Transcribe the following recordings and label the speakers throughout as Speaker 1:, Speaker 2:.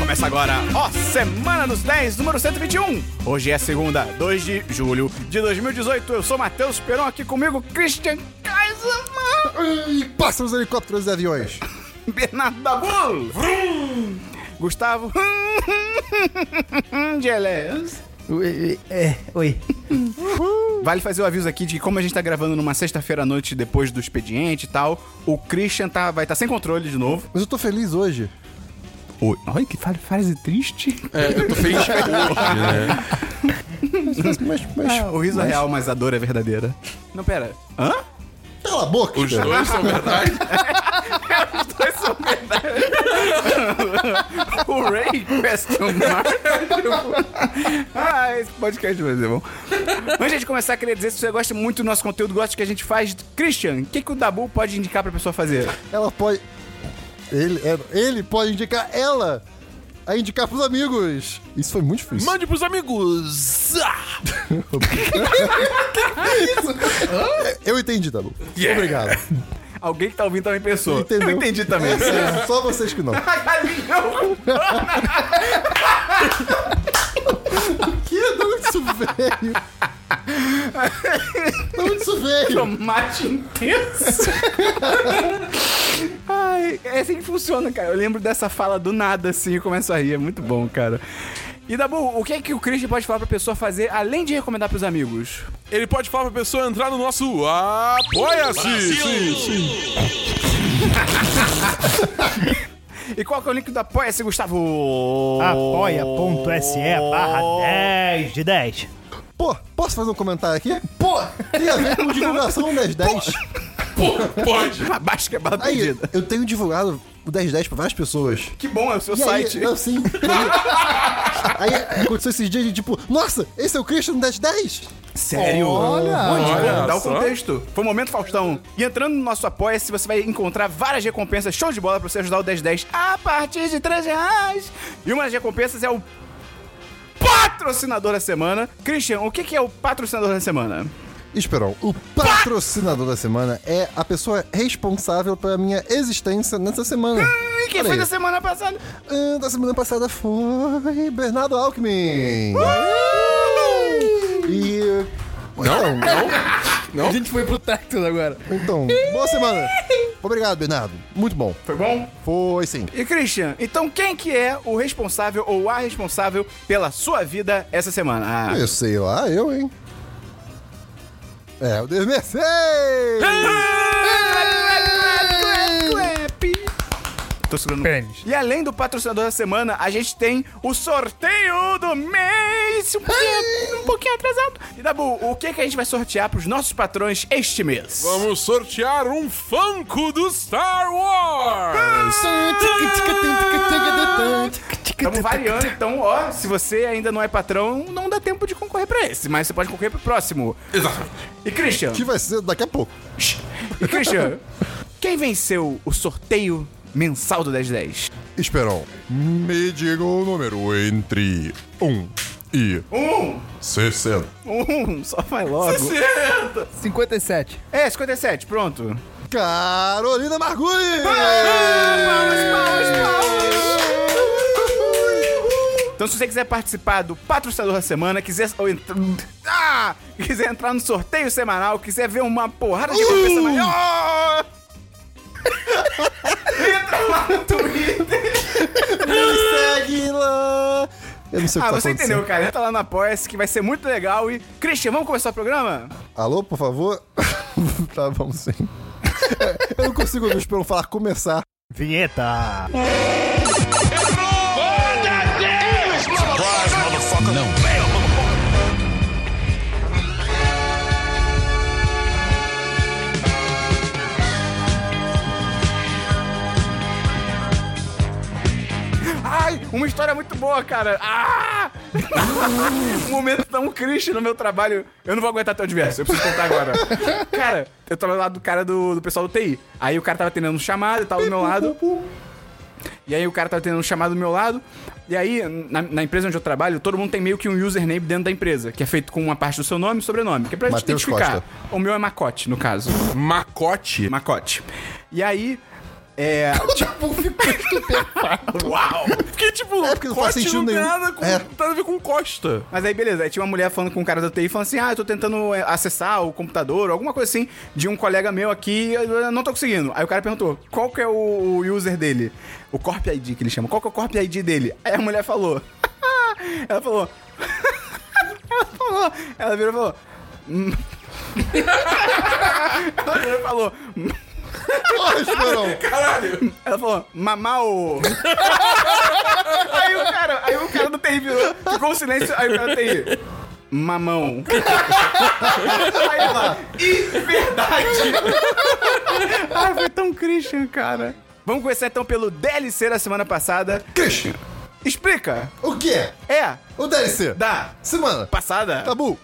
Speaker 1: Começa agora, ó, Semana dos 10, número 121. Hoje é segunda, 2 de julho de 2018. Eu sou Matheus Peron, aqui comigo, Christian Kaiserman,
Speaker 2: E pássaros, helicópteros e aviões.
Speaker 1: Bernardo Dabul, Gustavo Geles.
Speaker 3: Oi, é, oi.
Speaker 1: Vale fazer o aviso aqui de que como a gente tá gravando numa sexta-feira à noite depois do expediente e tal, o Christian tá, vai estar sem controle de novo.
Speaker 2: Mas eu tô feliz hoje.
Speaker 1: Oi. Olha que fa- frase triste.
Speaker 4: É, eu tô feliz hoje, né?
Speaker 2: Mas, mas, mas-
Speaker 1: É. o riso é real, mas a dor é verdadeira. Não, pera. Hã?
Speaker 2: cala a boca,
Speaker 4: Os
Speaker 2: cara.
Speaker 4: dois são verdade.
Speaker 1: O Ray question mark. ah, esse podcast vai ser bom. Antes de começar, queria dizer, se você gosta muito do nosso conteúdo, gosta do que a gente faz, Christian, o que, que o Dabu pode indicar pra pessoa fazer?
Speaker 2: Ela pode... Ele, é- ele pode indicar ela a indicar pros amigos. Isso foi muito difícil.
Speaker 4: Mande pros amigos! Ah!
Speaker 2: Eu entendi, tá bom? Obrigado.
Speaker 1: Alguém que tá ouvindo também pensou.
Speaker 2: Entendeu?
Speaker 1: Eu entendi também.
Speaker 2: É sério, só vocês que não.
Speaker 1: A galinha
Speaker 2: Que? De onde isso veio? De onde isso veio?
Speaker 1: tomate intenso. Ai, é assim que funciona, cara. Eu lembro dessa fala do nada, assim, e começo a rir. É muito bom, cara. E Dabu, o que é que o Christian pode falar pra pessoa fazer, além de recomendar pros amigos?
Speaker 4: Ele pode falar pra pessoa entrar no nosso Apoia-se! Sim, sim.
Speaker 1: E qual que é o link do Apoia-se, Gustavo?
Speaker 3: Apoia.se barra 10 de 10.
Speaker 2: Pô, posso fazer um comentário aqui? Pô, tem a ver com divulgação das 10.
Speaker 4: Pô, pode!
Speaker 1: Abaixo que é barra
Speaker 2: Aí,
Speaker 1: perdida.
Speaker 2: eu tenho divulgado o 1010 pra várias pessoas.
Speaker 1: Que bom, é o seu
Speaker 2: E aí,
Speaker 1: site.
Speaker 2: não, sim. aí aconteceu esses dias de tipo, nossa, esse é o Christian 1010?
Speaker 1: Sério? Olha,
Speaker 4: olha
Speaker 1: dá o
Speaker 4: só.
Speaker 1: contexto. Foi o momento, Faustão. E entrando no nosso Apoia-se, você vai encontrar várias recompensas show de bola pra você ajudar o 1010 a partir de 3 reais. E uma das recompensas é o patrocinador da semana. Christian, o que que é o patrocinador da semana?
Speaker 2: Esperão, o patrocinador da semana é a pessoa responsável pela minha existência nessa semana.
Speaker 1: E quem
Speaker 2: Olha
Speaker 1: foi
Speaker 2: aí.
Speaker 1: da semana passada?
Speaker 2: Ah, da semana passada foi Bernardo Alckmin. E. Não,
Speaker 5: A gente foi pro Tactus agora.
Speaker 2: Então, boa semana. Obrigado, Bernardo. Muito bom.
Speaker 1: Foi bom?
Speaker 2: Foi sim.
Speaker 1: E Christian, então quem que é o responsável ou a responsável pela sua vida essa semana? Ah,
Speaker 2: Eu sei lá, eu, hein? É, o Desmercei!
Speaker 1: Tô segurando
Speaker 5: Pênis.
Speaker 1: E além do patrocinador da semana, a gente tem o sorteio do mês! Um pouquinho, um pouquinho atrasado. E Dabu, o que, que a gente vai sortear pros nossos patrões este mês?
Speaker 4: Vamos sortear um Funko do Star Wars!
Speaker 1: Estamos variando, então, ó, se você ainda não é patrão, não dá tempo de concorrer pra esse, mas você pode concorrer pro próximo.
Speaker 4: Exatamente.
Speaker 1: E Christian,
Speaker 2: Que vai ser daqui a pouco.
Speaker 1: e Christian, quem venceu o sorteio mensal do 1010?
Speaker 2: Esperão, me diga o número entre 1 e
Speaker 1: Um!
Speaker 2: 60.
Speaker 1: Um! Só vai logo.
Speaker 5: 57.
Speaker 1: É, 57, pronto.
Speaker 2: Carolina Margulho!
Speaker 1: Ah, Então, se você quiser participar do patrocinador da semana, quiser. ou entra- Ah! Quiser entrar no sorteio semanal, quiser ver uma porrada de recompensa maior. Entra lá no Twitter.
Speaker 2: Segue lá! Eu não sei o
Speaker 1: Ah,
Speaker 2: que tá
Speaker 1: você
Speaker 2: acontecendo.
Speaker 1: entendeu, cara. Entra lá na Apoia-se que vai ser muito legal. E, Christian, vamos começar o programa?
Speaker 2: Alô, por favor? tá, vamos sim. Eu não consigo ouvir o Esperão falar começar.
Speaker 3: Vinheta.
Speaker 1: Ai, uma história muito boa, cara. Ah! um momento tão crítico no meu trabalho. Eu não vou aguentar teu diverso, eu preciso contar agora. cara, eu tava do lado do cara do, do pessoal do TI. Aí o cara tava atendendo um chamado e tal do meu lado. E aí o cara tava atendendo um chamado do meu lado. E aí, na, na empresa onde eu trabalho, todo mundo tem meio que um username dentro da empresa, que é feito com uma parte do seu nome e sobrenome, que é pra gente
Speaker 2: Mateus
Speaker 1: identificar.
Speaker 2: Costa.
Speaker 1: O meu é Macote, no caso.
Speaker 4: Macote.
Speaker 1: Macote. E aí. É.
Speaker 2: Tipo, fico estupefato.
Speaker 1: Uau!
Speaker 4: porque, tipo,
Speaker 2: É, porque não
Speaker 4: corte
Speaker 2: faz sentido
Speaker 4: não tem
Speaker 2: nenhum.
Speaker 4: nada, com,
Speaker 2: É.
Speaker 4: nada a ver com Costa.
Speaker 1: Mas aí, beleza. Aí tinha uma mulher falando com um cara da TI, falando assim, ah, eu tô tentando é, acessar o computador, alguma coisa assim, de um colega meu aqui, eu não tô conseguindo. Aí o cara perguntou, qual que é o o user dele? O Corp ID que ele chama. Qual que é o Corp ID dele? Aí a mulher falou... ela falou... ela falou... Ela virou e falou... "Hum." ela virou e falou... "Hum."
Speaker 2: Porra, Esperão.
Speaker 1: Ela falou, mamau! aí o cara, aí o cara do TI virou, ficou um silêncio, aí o cara do TI, mamão. aí ela, e verdade! Ai, foi tão Christian, cara. Vamos começar então pelo DLC da semana passada.
Speaker 2: Christian,
Speaker 1: Explica!
Speaker 2: o que é?
Speaker 1: É,
Speaker 2: O DLC
Speaker 1: da
Speaker 2: semana
Speaker 1: passada.
Speaker 2: Tabu.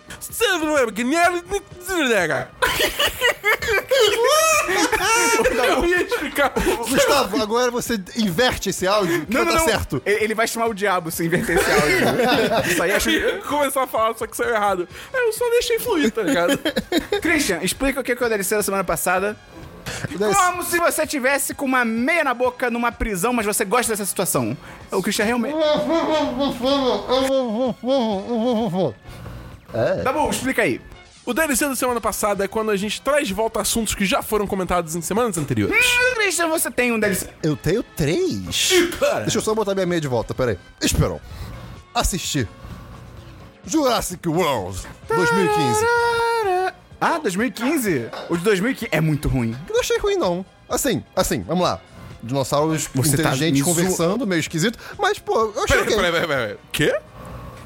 Speaker 4: Eu ia explicar.
Speaker 2: Gustavo, agora você inverte esse áudio que não, tá certo.
Speaker 1: Ele ele vai chamar o diabo se inverter esse áudio. Isso aí
Speaker 4: Eu
Speaker 1: acho
Speaker 4: ia começar a falar, só que saiu errado. Eu só deixei fluir, tá ligado?
Speaker 1: Christian, explica o que que é o DLC da semana passada.
Speaker 2: O DLC
Speaker 1: Como se você tivesse com uma meia na boca numa prisão, mas você gosta dessa situação. O Christian realmente. Tá bom, explica aí.
Speaker 4: O DLC da semana passada é quando a gente traz de volta assuntos que já foram comentados em semanas anteriores.
Speaker 1: Hum, Christian, você tem um DLC.
Speaker 2: Eu tenho três. Deixa eu só botar minha meia de volta, peraí. Esperão. Assistir. Jurassic World 2015.
Speaker 1: Ah, 2015? O de 2015 é muito ruim.
Speaker 2: Eu não achei ruim, não. Assim, assim, vamos lá. Dinossauros
Speaker 1: Você tá
Speaker 2: inteligentes
Speaker 1: me
Speaker 2: conversando, meio esquisito, mas, pô, eu achei
Speaker 4: Peraí,
Speaker 2: ok.
Speaker 4: peraí, peraí, peraí. Quê?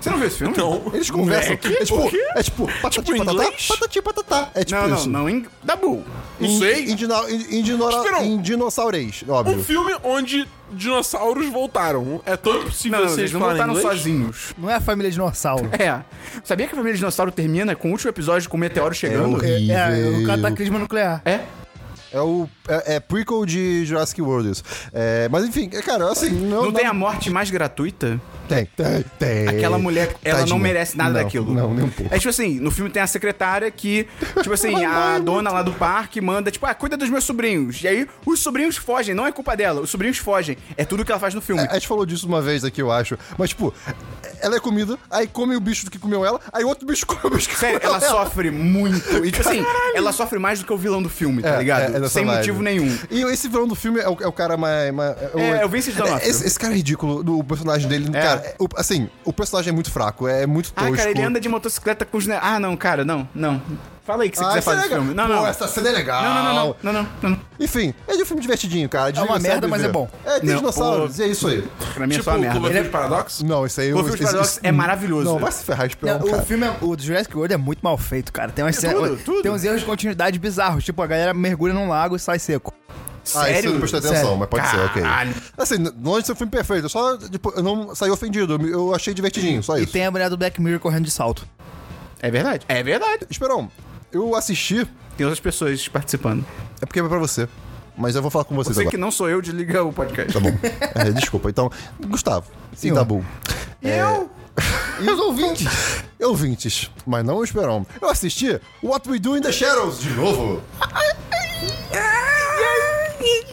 Speaker 1: Você não viu esse filme?
Speaker 4: Não.
Speaker 2: Eles conversam.
Speaker 4: Moleque,
Speaker 2: é tipo,
Speaker 4: por quê?
Speaker 2: é tipo, patati
Speaker 4: Tipo,
Speaker 2: patatá,
Speaker 4: inglês?
Speaker 2: patati patatá. É tipo
Speaker 1: Não, não,
Speaker 2: isso.
Speaker 1: não. Em... Dabu.
Speaker 4: Não sei.
Speaker 2: Indino, indinora,
Speaker 1: um
Speaker 4: Esperão.
Speaker 2: indinossaurês, óbvio.
Speaker 4: Um filme onde dinossauros voltaram. É todo possível
Speaker 1: Não,
Speaker 4: vocês
Speaker 1: vocês não
Speaker 4: falarem
Speaker 1: voltaram
Speaker 4: inglês?
Speaker 1: sozinhos.
Speaker 5: Não é a família dinossauro.
Speaker 1: É. Sabia que a família dinossauro termina com o último episódio com o meteoro chegando?
Speaker 2: horrível.
Speaker 5: É, o cataclisma nuclear.
Speaker 1: É?
Speaker 2: É o é, é prequel de Jurassic World isso. É, mas enfim, é, cara, assim, não,
Speaker 1: Não tem a morte mais gratuita?
Speaker 2: tem, tem, tem.
Speaker 1: Aquela mulher, ela
Speaker 2: É, Tadinha.
Speaker 1: não merece nada
Speaker 2: Não,
Speaker 1: daquilo.
Speaker 2: Não, nem um pouco.
Speaker 1: É tipo assim, no filme tem a secretária que, tipo assim, a dona lá do parque manda, tipo, ah, cuida dos meus sobrinhos. E aí os sobrinhos fogem, não é culpa dela, os sobrinhos fogem. É tudo que ela faz no filme.
Speaker 2: A gente falou disso uma vez aqui, eu acho. Mas, tipo, ela é comida, aí come o bicho que comeu ela, aí outro bicho come o bicho que
Speaker 1: Sério,
Speaker 2: comeu
Speaker 1: ela sofre muito. E tipo assim, ela sofre mais do que o vilão do filme, tá
Speaker 2: É,
Speaker 1: ligado?
Speaker 2: é, é dessa
Speaker 1: Sem
Speaker 2: vibe.
Speaker 1: motivo nenhum.
Speaker 2: E esse vilão do filme é o, é o cara mais. mais- é, o,
Speaker 1: É, é o Vincent D'Onofrio.
Speaker 2: Esse, esse cara é ridículo, do- o personagem dele.
Speaker 1: É.
Speaker 2: Cara, é- o- assim, o personagem é muito fraco, é muito
Speaker 1: Ah,
Speaker 2: tosco.
Speaker 1: cara, ele anda de motocicleta com os. ne- Ah, não, cara, não, não. Fala aí que você
Speaker 2: Ah,
Speaker 1: quiser
Speaker 2: essa é
Speaker 1: fazer
Speaker 2: legal.
Speaker 1: filme. Não,
Speaker 2: Pô,
Speaker 1: não.
Speaker 2: essa cena é legal.
Speaker 1: Não, não, não, não, não, não, não.
Speaker 2: Enfim, é de um filme divertidinho, cara. Desliga
Speaker 5: uma
Speaker 2: o cérebro
Speaker 5: merda,
Speaker 2: e
Speaker 5: mas
Speaker 2: vê.
Speaker 5: é bom.
Speaker 2: É, tem
Speaker 1: Não,
Speaker 2: dinossauros, e é isso aí.
Speaker 1: Pra mim é um
Speaker 4: Tipo,
Speaker 1: só uma merda.
Speaker 4: o Cloverfield Paradox?
Speaker 2: Não, isso aí... eu-
Speaker 1: Cloverfield
Speaker 2: esse-
Speaker 1: Paradox
Speaker 2: esse-
Speaker 1: é maravilhoso.
Speaker 2: Não, vai se ferrar, espião,
Speaker 5: Não, o
Speaker 2: cara. É
Speaker 5: filme, é- o Jurassic World é muito mal feito, cara. Tem, umas cenas-
Speaker 1: tudo, tudo.
Speaker 5: tem uns erros de continuidade bizarros. Tipo, a galera mergulha num lago e sai seco.
Speaker 2: Ah, isso eu não
Speaker 1: Sério?
Speaker 2: prestei atenção,
Speaker 5: Sério?
Speaker 2: mas pode
Speaker 1: Caralho.
Speaker 2: ser, ok. Assim, n- longe de ser um filme perfeito, eu só, tipo, eu não saí ofendido, eu me- eu achei divertidinho, só
Speaker 5: E
Speaker 2: isso.
Speaker 5: tem a mulher do Black Mirror correndo de salto.
Speaker 1: É verdade. É verdade.
Speaker 2: Esperão, eu assisti,
Speaker 1: Tem outras pessoas participando.
Speaker 2: é porque é pra você, mas eu vou falar com vocês
Speaker 1: Você
Speaker 2: agora.
Speaker 1: que não sou eu, desliga o podcast.
Speaker 2: Tá bom. É, desculpa, então, Gustavo, Sim,
Speaker 5: Senhor.
Speaker 2: e Dabu, É,
Speaker 1: E eu?
Speaker 5: E os ouvintes?
Speaker 2: ouvintes, mas não o Esperão, eu assisti What We Do in the Shadows, de novo.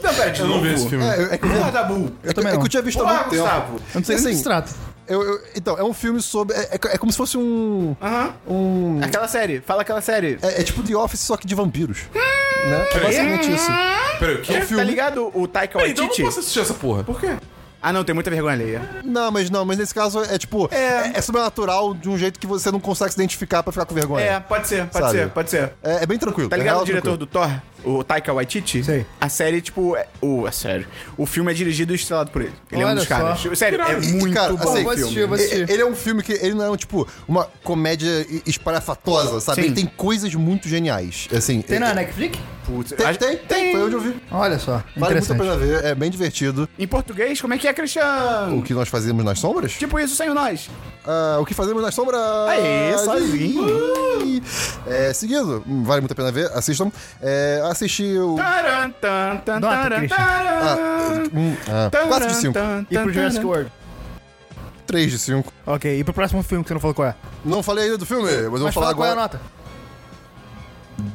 Speaker 1: Não, pera, de
Speaker 4: Eu não vi esse filme.
Speaker 2: É, é que eu,
Speaker 1: Porra, Dabu.
Speaker 2: é que-
Speaker 5: também
Speaker 2: é que
Speaker 5: não.
Speaker 2: eu tinha visto há
Speaker 1: Porra,
Speaker 2: muito tempo.
Speaker 1: Gustavo.
Speaker 5: Eu não sei do que
Speaker 2: Assim,
Speaker 5: se trata.
Speaker 2: Eu- eu- então, é um filme sobre. É, é- é como se fosse um.
Speaker 1: Aham.
Speaker 2: um
Speaker 1: Aquela série. Fala aquela série.
Speaker 2: é, é tipo The Office, só que de vampiros. né? É basicamente isso.
Speaker 4: Peraí, o quê?
Speaker 2: É um
Speaker 1: Tá
Speaker 2: filme.
Speaker 1: ligado o Taika
Speaker 4: Peraí, então eu não
Speaker 1: Waititi?
Speaker 4: posso assistir essa porra.
Speaker 1: Por quê? Ah, não, tem muita vergonha alheia.
Speaker 2: Não, mas não, mas nesse caso é tipo. É, é sobrenatural de um jeito que você não consegue se identificar pra ficar com vergonha.
Speaker 1: É, pode ser, pode
Speaker 2: Sabe?
Speaker 1: ser, pode ser.
Speaker 2: É, é bem tranquilo.
Speaker 1: Tá
Speaker 2: é
Speaker 1: ligado
Speaker 2: real
Speaker 1: o diretor
Speaker 2: tranquilo.
Speaker 1: do Thor? O Taika Waititi?
Speaker 5: Sei.
Speaker 1: A série, tipo... É... o- a série. O filme é dirigido e estrelado por ele. Ele é um
Speaker 5: Olha
Speaker 1: dos caras.
Speaker 5: só.
Speaker 1: Sério, é
Speaker 2: E,
Speaker 1: muito
Speaker 2: cara,
Speaker 1: bom
Speaker 2: assim,
Speaker 1: o
Speaker 5: vou
Speaker 1: filme.
Speaker 5: assistir, vou assistir.
Speaker 2: Ele é um filme que ele não é um, tipo uma comédia e- espalhafatosa, sabe?
Speaker 1: Sim.
Speaker 2: Ele tem coisas muito geniais. Assim,
Speaker 5: Tem na
Speaker 2: é-
Speaker 5: Netflix?
Speaker 1: Putz,
Speaker 2: tem,
Speaker 1: acho-
Speaker 2: tem, tem, foi onde eu vi.
Speaker 5: Olha só,
Speaker 2: Vale muito a
Speaker 5: interessante.
Speaker 2: pena ver, é bem divertido.
Speaker 1: Em português, como é que é,
Speaker 2: O
Speaker 1: Cristiano?
Speaker 2: que nós fazemos nas sombras?
Speaker 1: Tipo isso, sem o nós.
Speaker 2: Ah, o que fazemos nas sombras?
Speaker 1: Aê, sozinho.
Speaker 2: Ui. É, seguindo, hum, vale muito a pena ver, assistam. É, assisti o.
Speaker 1: Tá Taran, tan, tan,
Speaker 5: Nota,
Speaker 1: taran,
Speaker 5: Christian.
Speaker 2: Ah,
Speaker 1: taran.
Speaker 2: hum, ah,
Speaker 1: Taran,
Speaker 2: 4 de 5.
Speaker 1: tan,
Speaker 5: E pro
Speaker 1: tan,
Speaker 5: Jurassic
Speaker 1: taran.
Speaker 5: World.
Speaker 2: 3 de 5.
Speaker 5: Ok, e pro próximo filme que você não falou qual é?
Speaker 2: Não falei ainda do filme, mas eu vou
Speaker 5: Mas
Speaker 2: falar
Speaker 5: fala qual é a
Speaker 2: agora.
Speaker 5: nota.